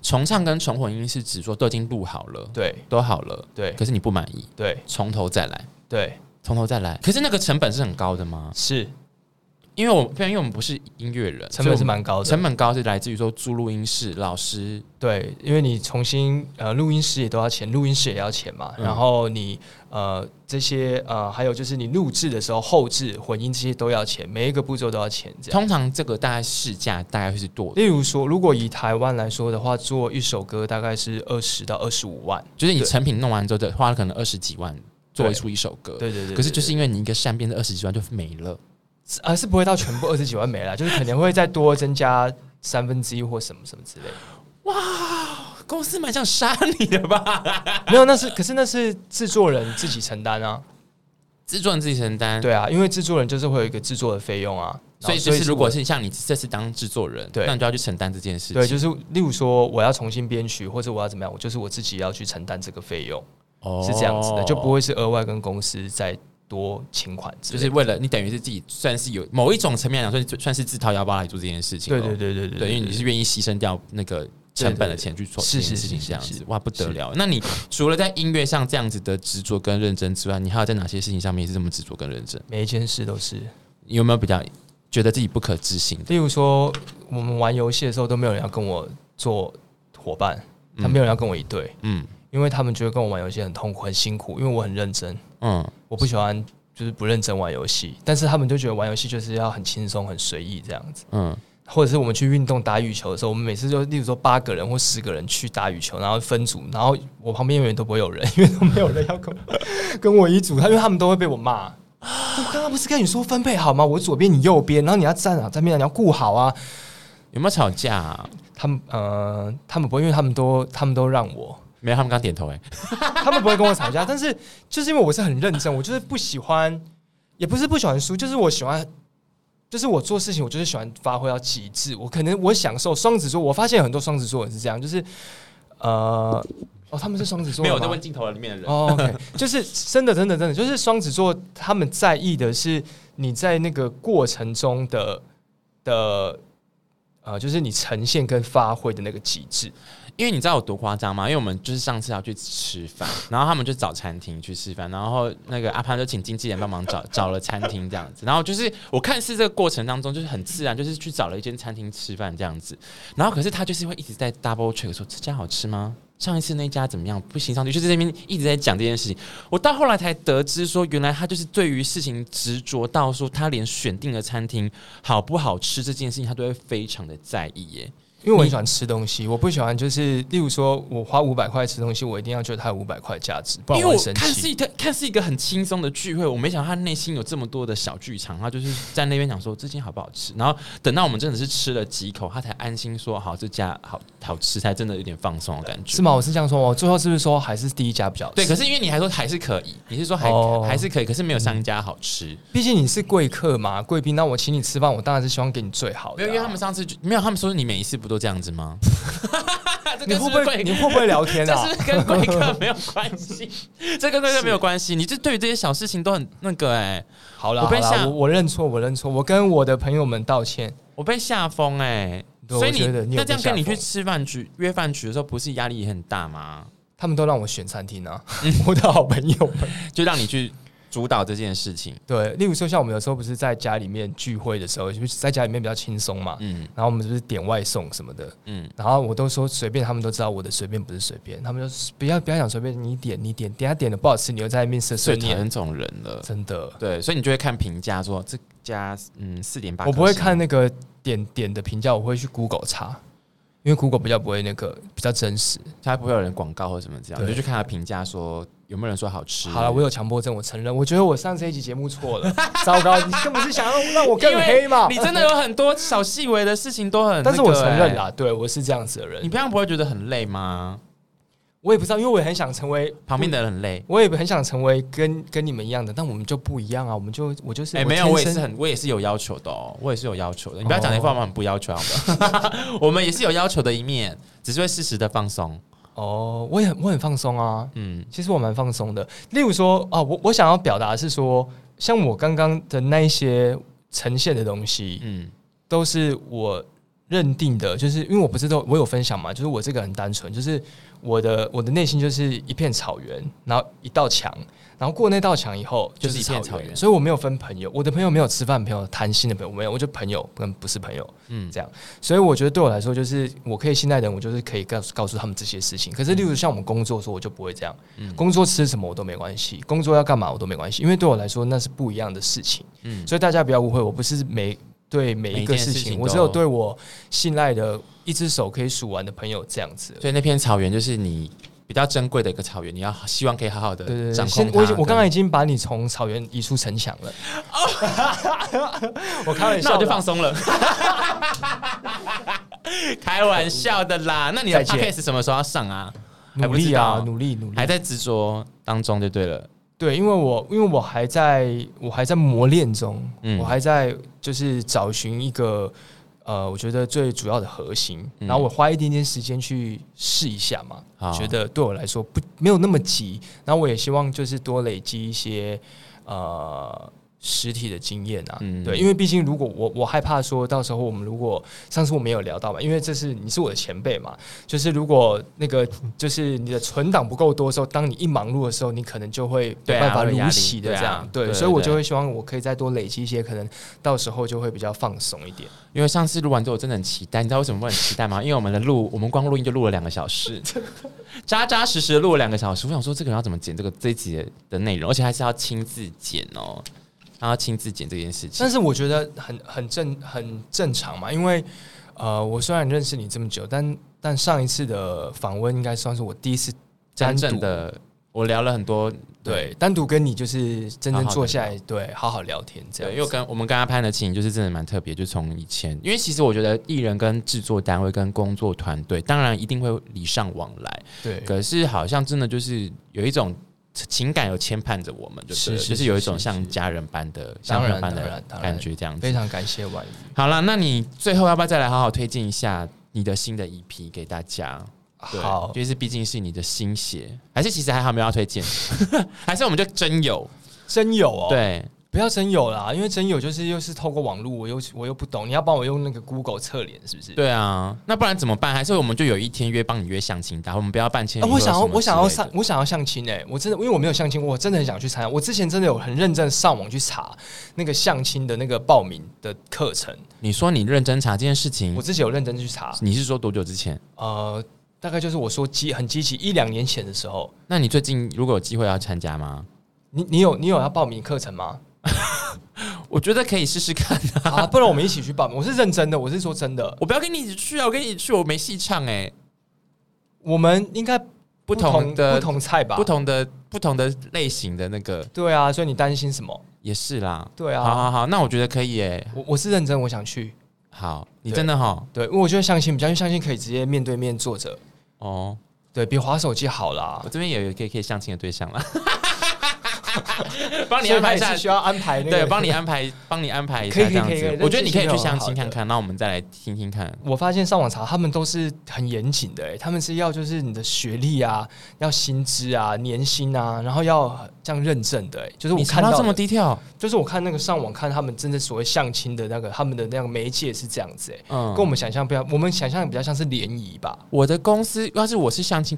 Speaker 2: 重唱跟重混音是指说都已经录好了，
Speaker 1: 对
Speaker 2: 都好了，
Speaker 1: 对
Speaker 2: 可是你不满意，
Speaker 1: 对
Speaker 2: 从头再来。
Speaker 1: 对，
Speaker 2: 从头再来。可是那个成本是很高的吗？
Speaker 1: 是
Speaker 2: 因为我对，因为我们不是音乐人，
Speaker 1: 成本
Speaker 2: 所
Speaker 1: 是
Speaker 2: 以我们
Speaker 1: 蛮高的。
Speaker 2: 成本高是来自于说租录音室、老师，
Speaker 1: 对，因为你重新呃，录音师也都要钱，录音室也要钱嘛。
Speaker 2: 嗯
Speaker 1: 然后你呃这些呃，还有就是你录制的时候后置、混音这些都要钱，每一个步骤都要钱。这样，
Speaker 2: 通常这个大概市价大概会是多，
Speaker 1: 例如说，如果以台湾来说的话，做一首歌大概是二十到二十五万。
Speaker 2: 就是你
Speaker 1: 对
Speaker 2: 成品弄完之后，花了可能二十几万做
Speaker 1: 对
Speaker 2: 出一首歌。
Speaker 1: 对对对
Speaker 2: 呃可是就是
Speaker 1: 对
Speaker 2: 因为你一个善变的二十几万就没了，
Speaker 1: 对呃是不会到全部二十几万没了，就是可能会再多增加三分之一或什么什么之类的。
Speaker 2: 公司蛮想杀你的吧？
Speaker 1: 没有，那是可是那是制作人自己承担啊。
Speaker 2: 制作人自己承担。，
Speaker 1: 对啊，因为制作人就是会有一个制作的费用啊。
Speaker 2: 所以
Speaker 1: 然后
Speaker 2: 就是如果是像你这次当制作人，
Speaker 1: 对
Speaker 2: 那你就要去承担这件事情。
Speaker 1: 对，就是例如说我要重新编曲或者我要怎么样，我就是我自己要去承担这个费用，
Speaker 2: 哦
Speaker 1: 是这样子的，就不会是额外跟公司再多请款之
Speaker 2: 就
Speaker 1: 类
Speaker 2: 是
Speaker 1: 的。
Speaker 2: 为了你等于是自己算是有某一种层面来讲，算算是自掏腰包来做这件事情咯。
Speaker 1: 对对对对对
Speaker 2: 对，因为你是愿意牺牲掉那个成本的钱去做
Speaker 1: 是
Speaker 2: 这件
Speaker 1: 是
Speaker 2: 事情，这样
Speaker 1: 是是
Speaker 2: 子
Speaker 1: 是
Speaker 2: 哇不得了。那你除了在音乐上这样子的执着跟认真之外，你还有在哪些事情上面也是这么执着跟认真？
Speaker 1: 每一件事都是。
Speaker 2: 你有没有比较觉得自己不可置信的？
Speaker 1: 例如说我们玩游戏的时候都没有人要跟我做伙伴，他没有人要跟我一队，
Speaker 2: 嗯
Speaker 1: 因为他们觉得跟我玩游戏很痛苦很辛苦，因为我很认真。
Speaker 2: 嗯，
Speaker 1: 我不喜欢就是不认真玩游戏，但是他们就觉得玩游戏就是要很轻松、很随意这样子。
Speaker 2: 嗯，
Speaker 1: 或者是我们去运动打羽球的时候，我们每次就例如说八个人或十个人去打羽球，然后分组，然后我旁边永远都不会有人，因为都没有人要跟我 跟我一组，他因为他们都会被我骂。我刚刚不是跟你说分配好吗？我左边你右边，然后你要站啊，站边你要顾好啊。
Speaker 2: 有没有吵架、啊？
Speaker 1: 他们呃，他们不会，因为他们都他们都让我，
Speaker 2: 没有，他们刚点头哎、
Speaker 1: 他们不会跟我吵架，但 是就是因为我是很认真，我就是不喜欢，也不是不喜欢输，就是我喜欢，就是我做事情我就是喜欢发挥到极致。我可能我享受双子座，我发现很多双子座人是这样，就是呃，哦，他们是双子座
Speaker 2: 没有，
Speaker 1: 吗，
Speaker 2: 我在问镜头里面的人。
Speaker 1: 哦、o k 就是真的，真的，真的，就是双子座他们在意的是你在那个过程中的的呃，就是你呈现跟发挥的那个极致。
Speaker 2: 因为你知道有多夸张吗？因为我们就是上次要去吃饭， 然后他们就找餐厅去吃饭，然后那个阿潘就请经纪人帮忙找 找了餐厅这样子，然后就是我看似这个过程当中就是很自然，就是去找了一间餐厅吃饭这样子，然后可是他就是会一直在 double check 说这家好吃吗？上一次那家怎么样？不行，上去就是这边一直在讲这件事情。我到后来才得知说，原来他就是对于事情执着到说，他连选定的餐厅好不好吃这件事情，他都会非常的在意耶。
Speaker 1: 因为我很喜欢吃东西，我不喜欢就是，例如说我花五百块吃东西，我一定要觉得它有五百块价值，不然
Speaker 2: 因为
Speaker 1: 我会
Speaker 2: 我
Speaker 1: 生
Speaker 2: 看是
Speaker 1: 气。
Speaker 2: 一个看是一个很轻松的聚会，我没想到他内心有这么多的小剧场，他就是在那边想说这间好不好吃，然后等到我们真的是吃了几口，他才安心说好这家好好吃，才真的有点放松的感觉
Speaker 1: 是。吗？我是这样说吗，我最后是不是说还是第一家比较好吃？
Speaker 2: 对，可是因为你还说还是可以，你是说还、
Speaker 1: 哦嗯
Speaker 2: 还是可以，可是没有上一家好吃。
Speaker 1: 毕竟你是贵客嘛，贵宾，那我请你吃饭，我当然是希望给你最好的、
Speaker 2: 没
Speaker 1: 啊。
Speaker 2: 有，因为他们上次就没有，他们说你每一次不都这样子 吗？这
Speaker 1: 你
Speaker 2: 跟
Speaker 1: 会
Speaker 2: 是
Speaker 1: 不会
Speaker 2: 是贵
Speaker 1: 你会不会聊天
Speaker 2: 这
Speaker 1: 啊
Speaker 2: 是？不 是跟贵客没有关系，这跟贵客没有关系。你这对于这些小事情都很那个哎、
Speaker 1: 好啦，
Speaker 2: 我
Speaker 1: 好
Speaker 2: 被
Speaker 1: 啦，
Speaker 2: 吓
Speaker 1: 我我认错，我认错，我跟我的朋友们道歉。
Speaker 2: 我被吓疯哎，
Speaker 1: 对
Speaker 2: 所以
Speaker 1: 我觉得你有
Speaker 2: 那这样
Speaker 1: 被吓
Speaker 2: 跟你去
Speaker 1: 疯
Speaker 2: 吃饭局约饭局的时候，不是压力也很大吗？
Speaker 1: 他们都让我选餐厅 啊，我的好朋友们。
Speaker 2: 就让你去主导这件事情，
Speaker 1: 对，例如说像我们有时候不是在家里面聚会的时候，就是在家里面比较轻松嘛，
Speaker 2: 嗯
Speaker 1: 然后我们就是点外送什么的，
Speaker 2: 嗯，
Speaker 1: 然后我都说随便，他们都知道我的随便不是随便，他们就不要不要想随便，你点你点，等下点的不好吃，你又在那边碎
Speaker 2: 最
Speaker 1: 碎
Speaker 2: 讨
Speaker 1: 念，
Speaker 2: 厌这种人了。
Speaker 1: 真的，
Speaker 2: 对，所以你就会看评价，说这家嗯四点八，
Speaker 1: 我不会看那个点点的评价，我会去 Google 查，因为 Google 比较不会那个比较真实。
Speaker 2: 它不会有人广告或什么这样，你
Speaker 1: 对
Speaker 2: 就去看他评价，说有没有人说好吃。
Speaker 1: 好了，我有强迫症，我承认，我觉得我上这一集节目错了， 糟糕，你根本是想要让我更
Speaker 2: 因为
Speaker 1: 黑嘛
Speaker 2: 你？真的有很多小细微的事情都很，
Speaker 1: 但是我承认
Speaker 2: 了。
Speaker 1: 啦，对我是这样子的
Speaker 2: 你
Speaker 1: 人，
Speaker 2: 平常不会觉得很累吗？
Speaker 1: 我也不知道，因为我也很想成为
Speaker 2: 旁边的人很累。
Speaker 1: 我也很想成为跟跟你们一样的，但我们就不一样啊，我们就我就是
Speaker 2: 哎、没有，我也
Speaker 1: 天
Speaker 2: 是
Speaker 1: 生哦
Speaker 2: 很，我也是有要求的哦，我也是有要求的。你不要讲那话，我们很不要求，好不好？ 我们也是有要求的一面，只是会适时的放松。
Speaker 1: 哦，我也很我很放松啊，
Speaker 2: 嗯，
Speaker 1: 其实我蛮放松的。例如说啊，我我想要表达的是说，像我刚刚的那一些呈现的东西，
Speaker 2: 嗯，
Speaker 1: 都是我认定的，就是因为我不是都我有分享嘛，就是我这个很单纯，就是我的我的内心就是一片草原，然后一道墙，然后过那道墙以后
Speaker 2: 就是
Speaker 1: 是
Speaker 2: 一片草
Speaker 1: 原，
Speaker 2: 原
Speaker 1: 所以我没有分朋友，我的朋友没有吃饭朋友、谈心的朋友，我没有，我就朋友跟不是朋友，嗯，
Speaker 2: 嗯
Speaker 1: 这样，所以我觉得对我来说，就是我可以信赖的人，我就是可以告诉告诉他们这些事情。可是，例如像我们工作的时候，我就不会这样，工作吃什么我都没关系，工作要干嘛我都没关系，因为对我来说那是不一样的事情，嗯，
Speaker 2: 嗯
Speaker 1: 所以大家不要误会，我不是每对每一个事
Speaker 2: 每一件事
Speaker 1: 情，
Speaker 2: 情
Speaker 1: 我
Speaker 2: 都
Speaker 1: 只有对我信赖的一只手可以数完的朋友这样子。
Speaker 2: 所以那片草原就是你比较珍贵的一个草原，你要希望可以好好的
Speaker 1: 对对
Speaker 2: 掌
Speaker 1: 对，
Speaker 2: 控
Speaker 1: 现
Speaker 2: 它。
Speaker 1: 我已经我刚才
Speaker 2: 对
Speaker 1: 已经把你从草原移出城墙了。 我开玩笑的，
Speaker 2: 那我就放松了。 开玩笑的啦，那你的
Speaker 1: 再见
Speaker 2: podcast 什么时候要上啊？还
Speaker 1: 努
Speaker 2: 不知
Speaker 1: 力啊
Speaker 2: 道，
Speaker 1: 努力努力
Speaker 2: 还。在执着当中就对了。
Speaker 1: 对，因为我因为我还在我还在磨练中，
Speaker 2: 嗯
Speaker 1: 我还在就是找寻一个呃，我觉得最主要的核心，
Speaker 2: 嗯
Speaker 1: 然后我花一点点时间去试一下嘛，
Speaker 2: 好
Speaker 1: 觉得对我来说不没有那么急，然后我也希望就是多累积一些呃。实体的经验啊，
Speaker 2: 嗯
Speaker 1: 对，因为毕竟如果我我害怕说到时候我们如果上次我们有聊到嘛，因为这是你是我的前辈嘛，就是如果那个就是你的存档不够多的时候，当你一忙碌的时候，你可能就会
Speaker 2: 对
Speaker 1: 没
Speaker 2: 啊
Speaker 1: 办法
Speaker 2: 会有压
Speaker 1: 如
Speaker 2: 力
Speaker 1: 期的
Speaker 2: 对啊
Speaker 1: 这样，对，
Speaker 2: 对
Speaker 1: 所以我
Speaker 2: 对
Speaker 1: 就会希望我可以再多累积一些，可能到时候就会比较放松一点。
Speaker 2: 因为上次录完之后，我真的很期待。你知道为什么我很期待吗？因为我们的录，我 们光录音就录了两个小时，扎扎实实的录了两个小时。我想说，这个人要怎么剪这个这一集的内容，而且还是要亲自剪哦。让他亲自剪这件事情
Speaker 1: 但。是我觉得很很正很正常嘛，因为呃，我虽然认识你这么久，但但上一次的访问应该算是我第一次单
Speaker 2: 真
Speaker 1: 独
Speaker 2: 正的，我聊了很多，
Speaker 1: 对单独跟你就是真
Speaker 2: 好
Speaker 1: 正
Speaker 2: 好地
Speaker 1: 坐下来对好好聊天这样
Speaker 2: 对，因
Speaker 1: 子，
Speaker 2: 为跟我们跟他拍的情就是真的蛮特别，就从以前，因为其实我觉得艺人跟制作单位跟工作团队，当然一定会礼尚往来，
Speaker 1: 对
Speaker 2: 可是好像真的就是有一种情感有牵绊着我们，对不
Speaker 1: 是
Speaker 2: 对？
Speaker 1: 是
Speaker 2: 就是是有一
Speaker 1: 是
Speaker 2: 种
Speaker 1: 是
Speaker 2: 像家人般的、像
Speaker 1: 当然
Speaker 2: 朋友般
Speaker 1: 当然
Speaker 2: 的
Speaker 1: 当然
Speaker 2: 感觉这样
Speaker 1: 非
Speaker 2: 子。
Speaker 1: 常感谢婉瑜。
Speaker 2: 好了，那你最后要不要再来好好推荐一下你的新的 EP 给大家？对
Speaker 1: 好，
Speaker 2: 就是毕竟是你的心血，还是其实还好没有要 推荐，还是我们就真有
Speaker 1: 真有哦，，
Speaker 2: 对。
Speaker 1: 不要真有啦，因为真有就是又是透过网络，我又我又不懂，你要帮我用那个 Google 测脸是不是？
Speaker 2: 对啊，那不然怎么办？还是我们就有一天约帮你约相亲打，我们不要办签、
Speaker 1: 啊，我想要，
Speaker 2: 或者什么
Speaker 1: 我想要
Speaker 2: 之类
Speaker 1: 上
Speaker 2: 的，
Speaker 1: 我想要相亲哎、我真的，因为我没有相亲，我真的很想去参加。我之前真的有很认真上网去查那个相亲的那个报名的课程，
Speaker 2: 你说你认真查这件事情
Speaker 1: 我，之前有认真去查，
Speaker 2: 你是说多久之前？
Speaker 1: 呃，大概就是我说积很积极一两年前的时候，
Speaker 2: 那你最近如果有机会要参加吗？
Speaker 1: 你你有你有要报名课程 吗？
Speaker 2: 我觉得可以试试看、啊。
Speaker 1: 啊，不然我们一起去报名。我是认真的，我是说真的，
Speaker 2: 我不要跟你一起去啊，我跟你一起去我没戏唱哎、
Speaker 1: 我们应该
Speaker 2: 不同的
Speaker 1: 不同菜吧？
Speaker 2: 不同的不同的类型的那个
Speaker 1: 对啊，所以你担心什么？
Speaker 2: 也是啦。
Speaker 1: 对
Speaker 2: 好
Speaker 1: 啊，
Speaker 2: 好好，那我觉得可以哎、
Speaker 1: 我我是认真，我想去。
Speaker 2: 好，你
Speaker 1: 对
Speaker 2: 真的哈
Speaker 1: 对，因为我觉得相亲比较，因为相亲可以直接面对面坐着，
Speaker 2: 哦，
Speaker 1: 对比划手机好啦
Speaker 2: 我。这边也有一个可以相亲的 对象了，帮
Speaker 1: 帮
Speaker 2: 你安排一下
Speaker 1: 需要安排那个，
Speaker 2: 对，帮你安排，帮你安排一
Speaker 1: 可以可
Speaker 2: 下
Speaker 1: 以
Speaker 2: 这样
Speaker 1: 可以可以
Speaker 2: 子。我觉得你可以
Speaker 1: 认
Speaker 2: 去
Speaker 1: 识
Speaker 2: 相
Speaker 1: 是
Speaker 2: 亲
Speaker 1: 很好
Speaker 2: 看看，那我们再来听听看。
Speaker 1: 我发现上网查，他们都是很严谨的、欸，他们是要就是你的学历啊，要薪资啊，年薪啊，然后要这样认证的、欸。就是我
Speaker 2: 你
Speaker 1: 看
Speaker 2: 看
Speaker 1: 到
Speaker 2: 到
Speaker 1: 的
Speaker 2: 这么，低调，
Speaker 1: 就是我看那个上网看他们真正所谓相亲的那个他们的那个媒介是这样子、欸，
Speaker 2: 嗯
Speaker 1: 跟我，们想象不一样。我们想象比较像是联谊吧，
Speaker 2: 我的公司要是我是相亲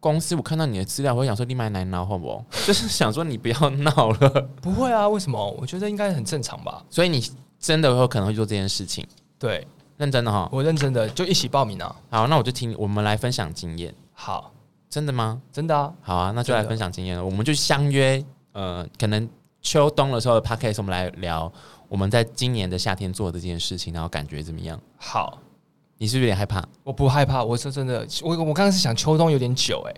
Speaker 2: 公司，我看到你的资料，我会想说立马来闹好不好？ 就是想说你不要闹了。
Speaker 1: 不会啊？为什么？我觉得应该很正常吧。
Speaker 2: 所以你真的有可能会做这件事情，
Speaker 1: 对
Speaker 2: 认真的哈。
Speaker 1: 我认真的就一起报名啊。
Speaker 2: 好，那我就听我们来分享经验，
Speaker 1: 好，
Speaker 2: 真的吗？
Speaker 1: 真的啊，
Speaker 2: 好啊，那就来
Speaker 1: 真的
Speaker 2: 分享经验了。我们就相约，呃，可能秋冬的时候的 podcast，我们来聊我们在今年的夏天做的这件事情，然后感觉怎么样？
Speaker 1: 好，
Speaker 2: 你是不是有点害怕
Speaker 1: 我不害怕。我是真的，我我刚刚是想秋冬有点久、欸，哎，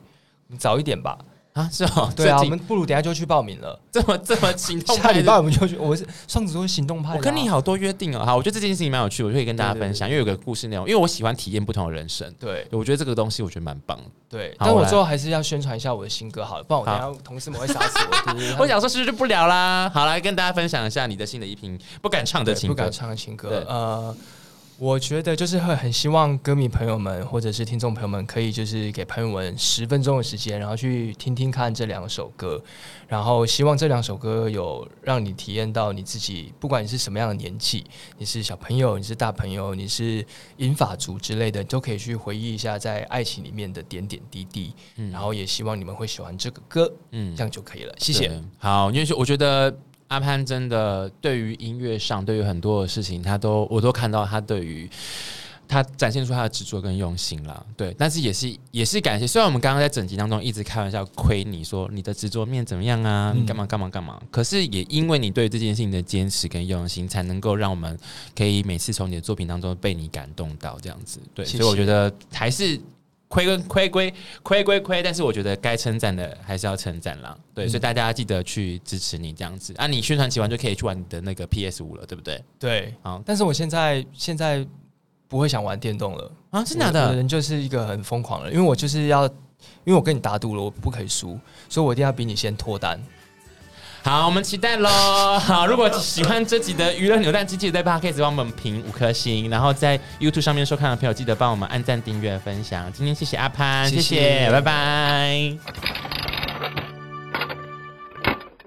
Speaker 1: 你早一点吧。
Speaker 2: 啊？是哦，
Speaker 1: 对啊，
Speaker 2: 这
Speaker 1: 我
Speaker 2: 几
Speaker 1: 们不如等一下就去报名了。
Speaker 2: 这么这么行 动
Speaker 1: 下
Speaker 2: 派
Speaker 1: 礼拜
Speaker 2: 的。
Speaker 1: 我们就去，我是双子座行动派的啊、
Speaker 2: 我跟你好多约定哦，好，我觉得这件事情蛮有趣，我就可以跟大家分享，因为有个故事内容，因为我喜欢体验不同的人生，
Speaker 1: 对
Speaker 2: 我觉得这个东西我觉得蛮棒的。
Speaker 1: 对，
Speaker 2: 好
Speaker 1: 但
Speaker 2: 我
Speaker 1: 我
Speaker 2: 来
Speaker 1: 最后还是要宣传一下我的新歌好了，不然我等一下同事们会杀死我。 对
Speaker 2: 我想说是不是不聊啦？好，来跟大家分享一下你的新的一瓶不敢唱的
Speaker 1: 对
Speaker 2: 情
Speaker 1: 不
Speaker 2: 歌
Speaker 1: 敢。唱的情
Speaker 2: 对
Speaker 1: 歌，呃。我觉得就是会很希望歌迷朋友们或者是听众朋友们可以就是给朋友们十分钟的时间，然后去听听看这两首歌，然后希望这两首歌有让你体验到你自己，不管你是什么样的年纪，你是小朋友，你是大朋友，你是银发族之类的，你都可以去回忆一下在爱情里面的点点滴滴。然后也希望你们会喜欢这个歌，
Speaker 2: 嗯
Speaker 1: 这样就可以了。谢谢。
Speaker 2: 对。好，因为我觉得阿潘真的对于音乐上，对于很多的事情，他都我都看到他对于。他展现出他的执着跟用心啦，对，但是也是也是感谢。虽然我们刚刚在整集当中一直开玩笑亏你说你的执着面怎么样啊，
Speaker 1: 嗯
Speaker 2: 你干嘛干嘛干嘛，可是也因为你对这件事情的坚持跟用心，才能够让我们可以每次从你的作品当中被你感动到这样子。对，
Speaker 1: 谢谢
Speaker 2: 所以我觉得还是亏跟亏归亏归亏，但是我觉得该称赞的还是要称赞啦。对，
Speaker 1: 嗯
Speaker 2: 所以大家记得去支持你这样子啊！你宣传期完就可以去玩你的那个 PS 五了，对不对？
Speaker 1: 对，
Speaker 2: 好
Speaker 1: 但是我现在现在不会想玩电动了，
Speaker 2: 啊，真的
Speaker 1: 我我的
Speaker 2: 的，
Speaker 1: 人就是一个很疯狂的人，因为我就是要，因为我跟你打赌了，我不可以输，所以我一定要比你先脱单。
Speaker 2: 好，我们期待喽。好，如果喜欢这集的娱乐扭蛋机，记得在 Podcast 帮我们评五颗星，然后在 YouTube 上面收看的朋友，记得帮我们按赞、订阅、分享。今天谢谢阿潘，
Speaker 1: 谢
Speaker 2: 谢
Speaker 1: 谢
Speaker 2: 谢，拜拜。